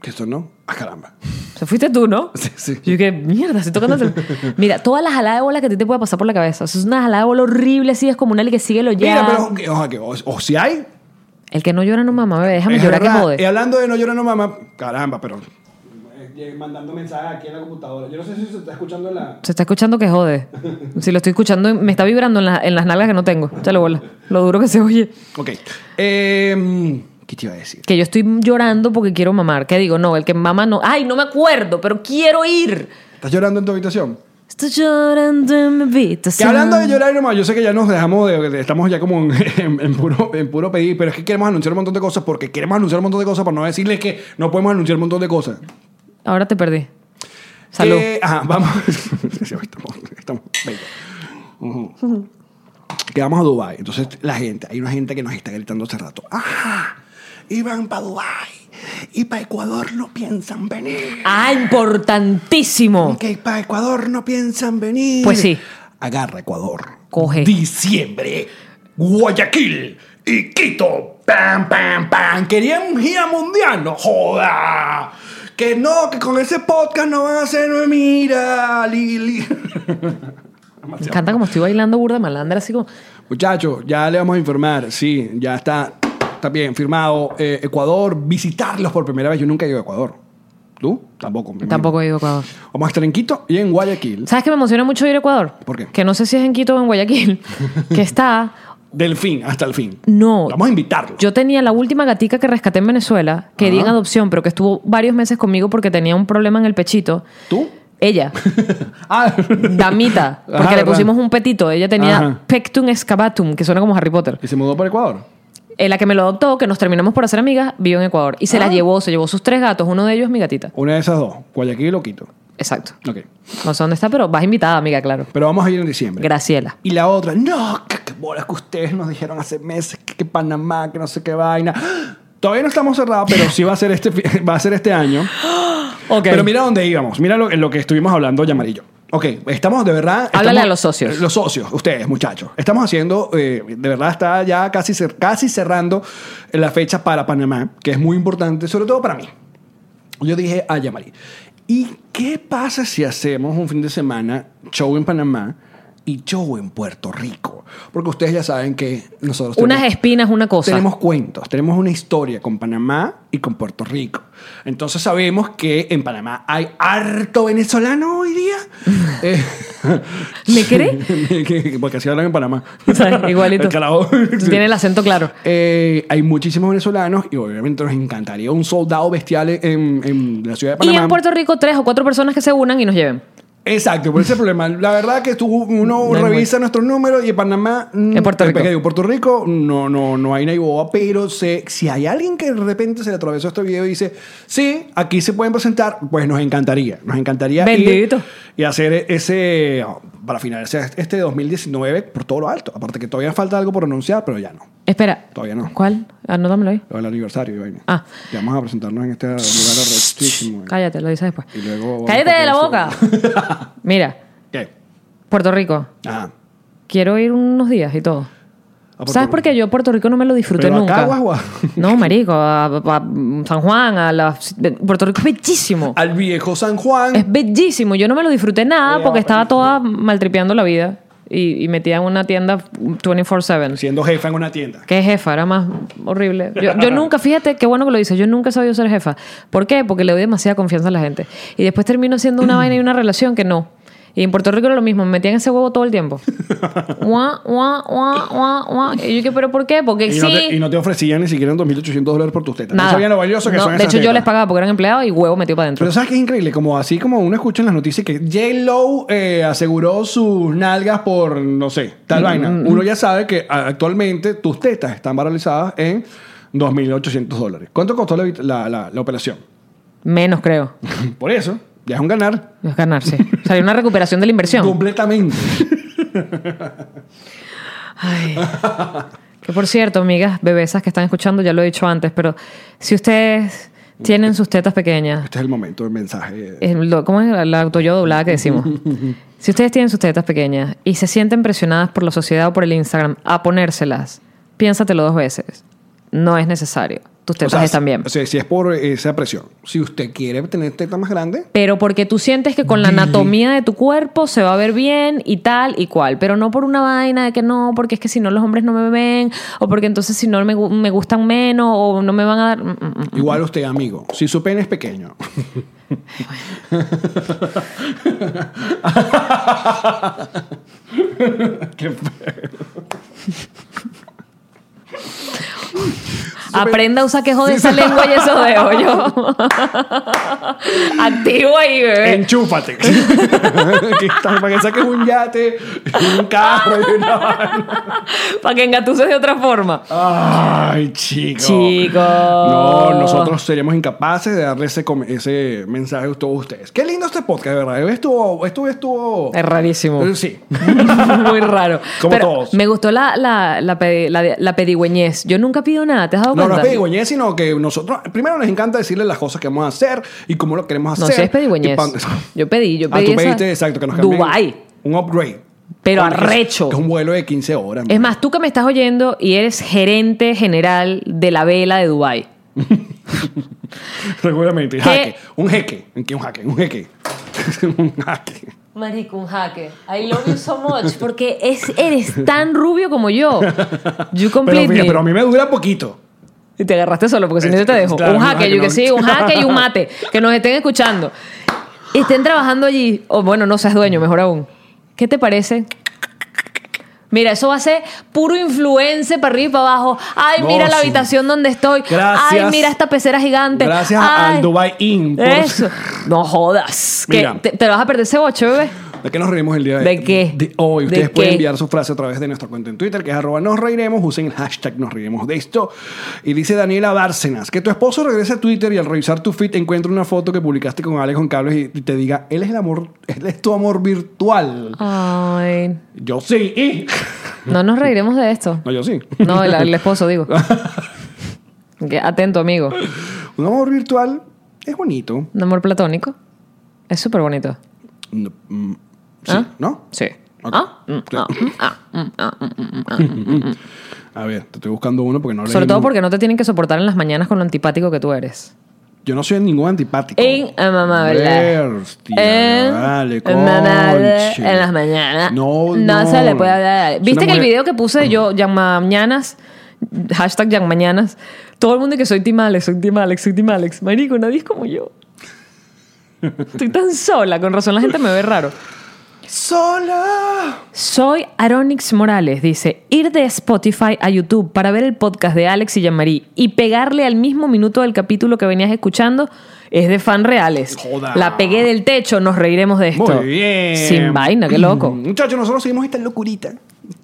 B: Que esto no. Ah, caramba.
A: O sea, fuiste tú, ¿no?
B: Sí, sí.
A: Y yo que, mierda, estoy tocando el teléfono. Mira, todas las jaladas de bola que a ti te puede pasar por la cabeza. O sea, es una jalada de bola horrible, así descomunal y que sigue lo ya.
B: Mira, pero que- ojo, que- o, o si hay.
A: El que no llora no mama, bebé. Déjame
B: es
A: llorar
B: verdad.
A: que
B: Y
A: jode.
B: hablando de no llorar no mamá. Caramba, pero. Eh, Mandando mensajes aquí en la computadora. Yo no sé si se está escuchando en la.
A: Se está escuchando que jode. Si lo estoy escuchando, me está vibrando en, la- en las nalgas que no tengo. Échale bola. Lo duro que se oye.
B: Ok. Em, ¿Qué te iba a decir?
A: Que yo estoy llorando porque quiero mamar. ¿Qué digo? No, el que mama no. Ay, no me acuerdo, pero quiero ir.
B: ¿Estás llorando en tu habitación?
A: Estoy llorando en mi
B: Que
A: habitación.
B: hablando de llorar, hermano, yo sé que ya nos dejamos de, de- estamos ya como en, en- en puro, en puro pedir, pero es que queremos anunciar un montón de cosas porque queremos anunciar un montón de cosas para no decirles que no podemos anunciar un montón de cosas.
A: Ahora te perdí. Salud.
B: Eh, ajá, vamos. estamos, estamos bellos. Ujú. Que vamos a Dubai. Entonces, la gente, hay una gente que nos está gritando hace rato. ¡Ajá! Y van para Dubai. Y para Ecuador no piensan venir.
A: Ah, importantísimo.
B: Que para Ecuador no piensan venir.
A: Pues sí.
B: Agarra Ecuador.
A: Coge.
B: Diciembre, Guayaquil y Quito. Pam, pam, pam. Querían gira mundial, no joda. Que no, que con ese podcast no van a hacer. Mira, Lili.
A: Me encanta como estoy bailando burda malandra, así como.
B: Muchachos, ya le vamos a informar. Sí, ya está. Está bien, firmado. Eh, Ecuador, visitarlos por primera vez. Yo nunca he ido a Ecuador. ¿Tú? Tampoco. me imagino.
A: Tampoco he ido a Ecuador.
B: Vamos a estar en Quito y en Guayaquil.
A: ¿Sabes que me emociona mucho ir a Ecuador?
B: ¿Por qué?
A: Que no sé si es en Quito o en Guayaquil. que está.
B: Del fin hasta el fin.
A: No.
B: Vamos a invitarlos.
A: Yo tenía la última gatica que rescaté en Venezuela, que di en
B: Ajá.
A: adopción, pero que estuvo varios meses conmigo porque tenía un problema en el pechito.
B: ¿Tú?
A: Ella,
B: ah,
A: Damita, porque
B: Ajá,
A: le
B: ¿verdad?
A: pusimos un petito. Ella tenía
B: Ajá.
A: pectum excavatum, que suena como Harry Potter.
B: ¿Y se mudó para Ecuador?
A: Eh, la que me lo adoptó, que nos terminamos por hacer amigas, vivió en Ecuador. Y se
B: Ah.
A: la llevó, se llevó sus tres gatos, uno de ellos mi gatita.
B: Una de esas dos, Guayaquil o Quito.
A: Exacto.
B: Ok.
A: No sé dónde está, pero vas invitada, amiga, claro.
B: Pero vamos a ir en diciembre.
A: Graciela.
B: Y la otra, no, que, que bolas que ustedes nos dijeron hace meses, que, que Panamá, que no sé qué vaina. Todavía no estamos cerrados, pero sí va a ser este, fi- va a ser este año.
A: Ok.
B: Pero mira dónde íbamos, mira lo, lo que estuvimos hablando, Yamarillo. Ok, estamos de verdad. estamos-
A: Háblale a los socios.
B: eh, Los socios, ustedes, muchachos. Estamos haciendo, eh, de verdad, está ya casi, cer- casi cerrando la fecha para Panamá, que es muy importante, sobre todo para mí. Yo dije a Yamari, ¿y qué pasa si hacemos un fin de semana show en Panamá? y show en Puerto Rico. Porque ustedes ya saben que nosotros
A: Unas
B: tenemos-
A: espinas, una cosa.
B: tenemos cuentos, tenemos una historia con Panamá y con Puerto Rico. Entonces sabemos que en Panamá hay harto venezolano hoy día. Eh,
A: ¿Me cree?
B: que- Porque así hablan en Panamá.
A: ¿Sabes? Igualito.
B: El carajo.
A: Tú tienes el acento claro.
B: Eh, hay muchísimos venezolanos y obviamente nos encantaría un soldado bestial en, en la ciudad de Panamá.
A: Y en Puerto Rico, tres o cuatro personas que se unan y nos lleven.
B: Exacto, por ese problema. La verdad que tú, uno
A: No hay
B: revisa nuestros números y en Panamá... mm,
A: En Puerto
B: es
A: Rico.
B: pequeño. Puerto Rico no, no, no hay naiboba, pero se- si hay alguien que de repente se le atravesó este video y dice, sí, aquí se pueden presentar, pues nos encantaría. Nos encantaría ir
A: Bendito.
B: y hacer ese... oh, Para finalizar este 2019 por todo lo alto. Aparte que todavía falta algo por anunciar, pero ya no.
A: Espera.
B: Todavía no.
A: ¿Cuál? Anótamelo ahí.
B: Lo del aniversario, y vaina.
A: Ah.
B: Y vamos a presentarnos en este lugar arrechísimo.
A: Cállate, lo dices después.
B: Y luego vamos
A: Cállate de la
B: a
A: boca.
B: tocar eso.
A: Mira,
B: ¿Qué?
A: Puerto Rico.
B: Ajá.
A: Quiero ir unos días y todo.
B: A Puerto
A: ¿Sabes
B: Rico.
A: por qué? Yo Puerto Rico no me lo disfruté
B: ¿Pero
A: nunca.
B: acá o a Guagua?
A: No, marico, a, a- a San Juan, a la, Puerto Rico es bellísimo.
B: Al viejo San Juan.
A: Es bellísimo. Yo no me lo disfruté nada
B: Oye,
A: porque
B: ah,
A: estaba
B: pero-
A: toda maltripeando la vida y, y metida en una tienda 24/7.
B: Siendo jefa en una tienda.
A: ¿Qué jefa? Era más horrible. Yo, yo nunca, fíjate, qué bueno que lo dices, yo nunca he sabido ser jefa. ¿Por qué? Porque le doy demasiada confianza a la gente. Y después termino siendo una vaina y una relación que no. Y en Puerto Rico era lo mismo, me metían ese huevo todo el tiempo. Guau, guau, guau, guau, guau. Y yo que, ¿pero por qué? Porque
B: Y,
A: sí.
B: no te, y no te ofrecían ni siquiera 2.800 dólares por tus tetas.
A: Nada.
B: No sabían lo valioso que
A: No,
B: son
A: De
B: esas
A: hecho, yo
B: tetas.
A: les pagaba porque eran empleados y huevo metido para adentro.
B: Pero ¿sabes qué es increíble? Como así como uno escucha en las noticias que J-Lo eh, aseguró sus nalgas por, no sé,
A: Mm,
B: tal vaina. Uno ya sabe que a- actualmente tus tetas están paralizadas en 2.800 dólares. ¿Cuánto costó la, la- la- la operación?
A: Menos, creo.
B: Por eso, ya es un ganar
A: Es ganarse. O sea, hay una recuperación de la inversión.
B: completamente.
A: Ay. Que por cierto, amigas bebesas que están escuchando, ya lo he dicho antes, pero si ustedes tienen sus tetas pequeñas,
B: Este es el momento del mensaje.
A: Eh, lo- ¿Cómo es la, la autoyo doblada que decimos? si ustedes tienen sus tetas pequeñas y se sienten presionadas por la sociedad o por el Instagram a ponérselas, piénsatelo dos veces. No es necesario. Tus
B: O
A: tetas
B: sea,
A: están bien.
B: o sea, si es por esa presión. Si usted quiere tener tetas más grandes,
A: Pero porque tú sientes que con la anatomía de tu cuerpo se va a ver bien y tal y cual. Pero no por una vaina de que no, porque es que si no los hombres no me ven, o porque entonces si no me, gu- me gustan menos, o no me van a dar. Mm, mm, mm.
B: Igual usted, amigo, si su pene es pequeño. Qué feo.
A: Aprenda a usar quejo de esa lengua y eso de hoyo. Activo ahí, bebé.
B: Enchúfate. Aquí está, para que saques un yate, y un carro y una...
A: Para que engatuses de otra forma.
B: Ay, chico.
A: Chico.
B: No, nosotros seríamos incapaces de darle ese, com- ese mensaje a todos ustedes. Qué lindo este podcast, de verdad. Estuvo, estuvo, estuvo... Eh,
A: Es rarísimo.
B: Sí.
A: Muy raro.
B: Como
A: Pero
B: todos.
A: Me gustó la, la, la, pedi- la- la pedigüeñez. Yo nunca pido nada, ¿te has dado
B: No, no
A: cuenta?
B: es pedigüeñez, sino que nosotros primero nos encanta decirle las cosas que vamos a hacer y cómo lo queremos
A: No,
B: hacer.
A: sí es pedigüeñez.
B: Y pan-
A: Yo pedí, yo
B: Ah,
A: pedí
B: tú
A: esa-
B: pediste, exacto, que nos cambien
A: Dubái.
B: Un upgrade.
A: Pero
B: Coño, que es-
A: arrecho.
B: Que es un vuelo de 15 horas.
A: Es
B: man.
A: más, tú que me estás oyendo y eres gerente general de la vela de Dubai.
B: Seguramente.
A: ¿Qué?
B: Jaque. Un jeque. ¿Qué? Un jaque. Un jeque. un jaque.
A: Marico, un jaque. I love you so much. Porque es, eres tan rubio como yo. You
B: Pero,
A: complete
B: mira,
A: me.
B: pero a mí me dura poquito.
A: Y te agarraste solo, porque si no yo te dejo.
B: Claro,
A: un
B: un
A: jaque,
B: jaque,
A: yo que
B: no.
A: sí, un jaque y un mate. Que nos estén escuchando. Estén trabajando allí. O bueno, no seas dueño, mejor aún. ¿Qué te parece? Mira, eso va a ser puro influencer para arriba y para abajo. Ay,
B: No,
A: mira la
B: sí.
A: habitación donde estoy. Ay,
B: Gracias.
A: mira esta pecera gigante.
B: Gracias
A: Ay,
B: al Dubai Inn. por-
A: Eso. No jodas. que
B: Mira.
A: te, te vas a perder ese boche, bebé.
B: ¿De qué nos reiremos el día de,
A: ¿De qué?
B: de hoy?
A: ¿De
B: Ustedes pueden
A: qué?
B: enviar su frase a través de nuestra cuenta en Twitter, que es arroba nos reiremos. Usen el hashtag nos reiremos de esto. Y dice Daniela Bárcenas, que tu esposo regrese a Twitter y al revisar tu feed encuentra una foto que publicaste con Alex Cables y y te diga, él es el amor, él es tu amor virtual.
A: Ay.
B: Yo sí, y...
A: No nos reiremos de esto.
B: No, yo sí.
A: No, el, el esposo, digo. Que Atento, amigo.
B: Un amor virtual es bonito.
A: Un amor platónico. Es súper bonito.
B: No, mm, Sí,
A: ¿Ah?
B: ¿no?
A: Sí.
B: Ok.
A: Ah, mm, ah, mm, ah, mm, ah, mm, mm, ah.
B: A ver, te estoy buscando uno porque no leí
A: Sobre todo
B: el nombre.
A: porque no te tienen que soportar en las mañanas con lo antipático que tú eres.
B: Yo no soy ningún antipático.
A: En Amamable.
B: Hostia,
A: En
B: vale,
A: Amamable
B: conche.
A: en las mañanas.
B: No,
A: no. se le puede hablar.
B: Es
A: ¿Viste
B: una
A: que el
B: mujer-
A: video que puse yo, Yang Mañanas, hashtag Yang Mañanas, todo el mundo que soy Team Alex, soy Team Alex, soy Team Alex. Marico, nadie es como yo. Estoy tan sola, con razón la gente me ve raro.
B: ¡Sola!
A: Soy Aronix Morales, dice, ir de Spotify a YouTube para ver el podcast de Alex y Yamarí y pegarle al mismo minuto del capítulo que venías escuchando es de fan reales.
B: Joda.
A: La pegué del techo, nos reiremos de esto.
B: Muy bien. Mm.
A: Sin vaina, qué loco.
B: Muchachos, nosotros seguimos esta locurita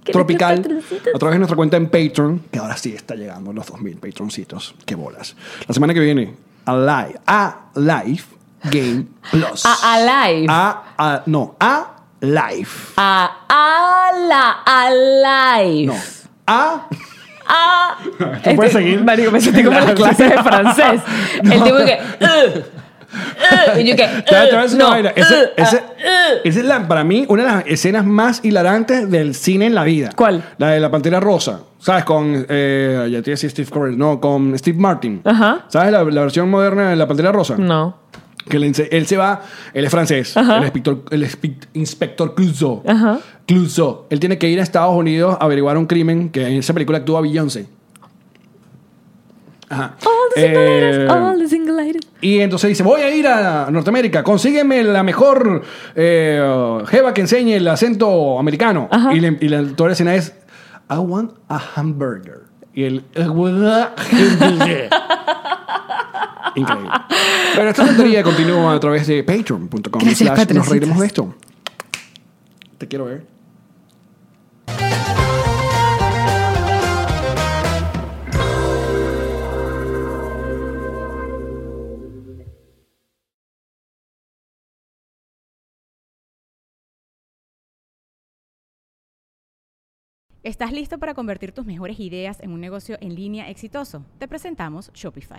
A: Qué
B: tropical
A: loco, patroncitos.
B: a través de nuestra cuenta en Patreon, que ahora sí está llegando a los 2000 patroncitos. Qué bolas. La semana que viene, Alive, a Live Game Plus.
A: A- Alive.
B: A, a- no, a Live.
A: A, a la alive.
B: No. A
A: A- Este-
B: puedes seguir?
A: Marico, me sentí como en las clases de francés. El tipo que. "Ugh, ugh", y yo que.
B: Te voy a- te voy a
A: "Ugh,
B: decir una
A: no,
B: vaina.
A: ugh,
B: Ese- ese-
A: ah, ugh".
B: Esa es la- para mí una de las escenas más hilarantes del cine en la vida.
A: ¿Cuál?
B: La de la Pantera Rosa. ¿Sabes? Con. eh, ya te decía Steve Carell. No, con Steve Martin.
A: Ajá.
B: ¿Sabes la, la versión moderna de la Pantera Rosa?
A: No.
B: Que le ense- él se va, él es francés,
A: Ajá.
B: el inspector, el espi- inspector Clouseau.
A: Ajá.
B: Clouseau. Él tiene que ir a Estados Unidos a averiguar un crimen que en esa película actúa Beyoncé. Ajá.
A: All the single ladies,
B: Eh,
A: all the single ladies.
B: y entonces dice, voy a ir a Norteamérica, consígueme la mejor eh, jeva que enseñe el acento americano.
A: Ajá.
B: Y, le- y la, toda la escena es, I want a hamburger. Y el... Increíble. Pero esta tontería continúa a través de patreon.com.
A: Gracias,
B: slash Nos
A: patroncitos.
B: reiremos de esto. Te quiero ver.
E: ¿Estás listo para convertir tus mejores ideas en un negocio en línea exitoso? Te presentamos Shopify.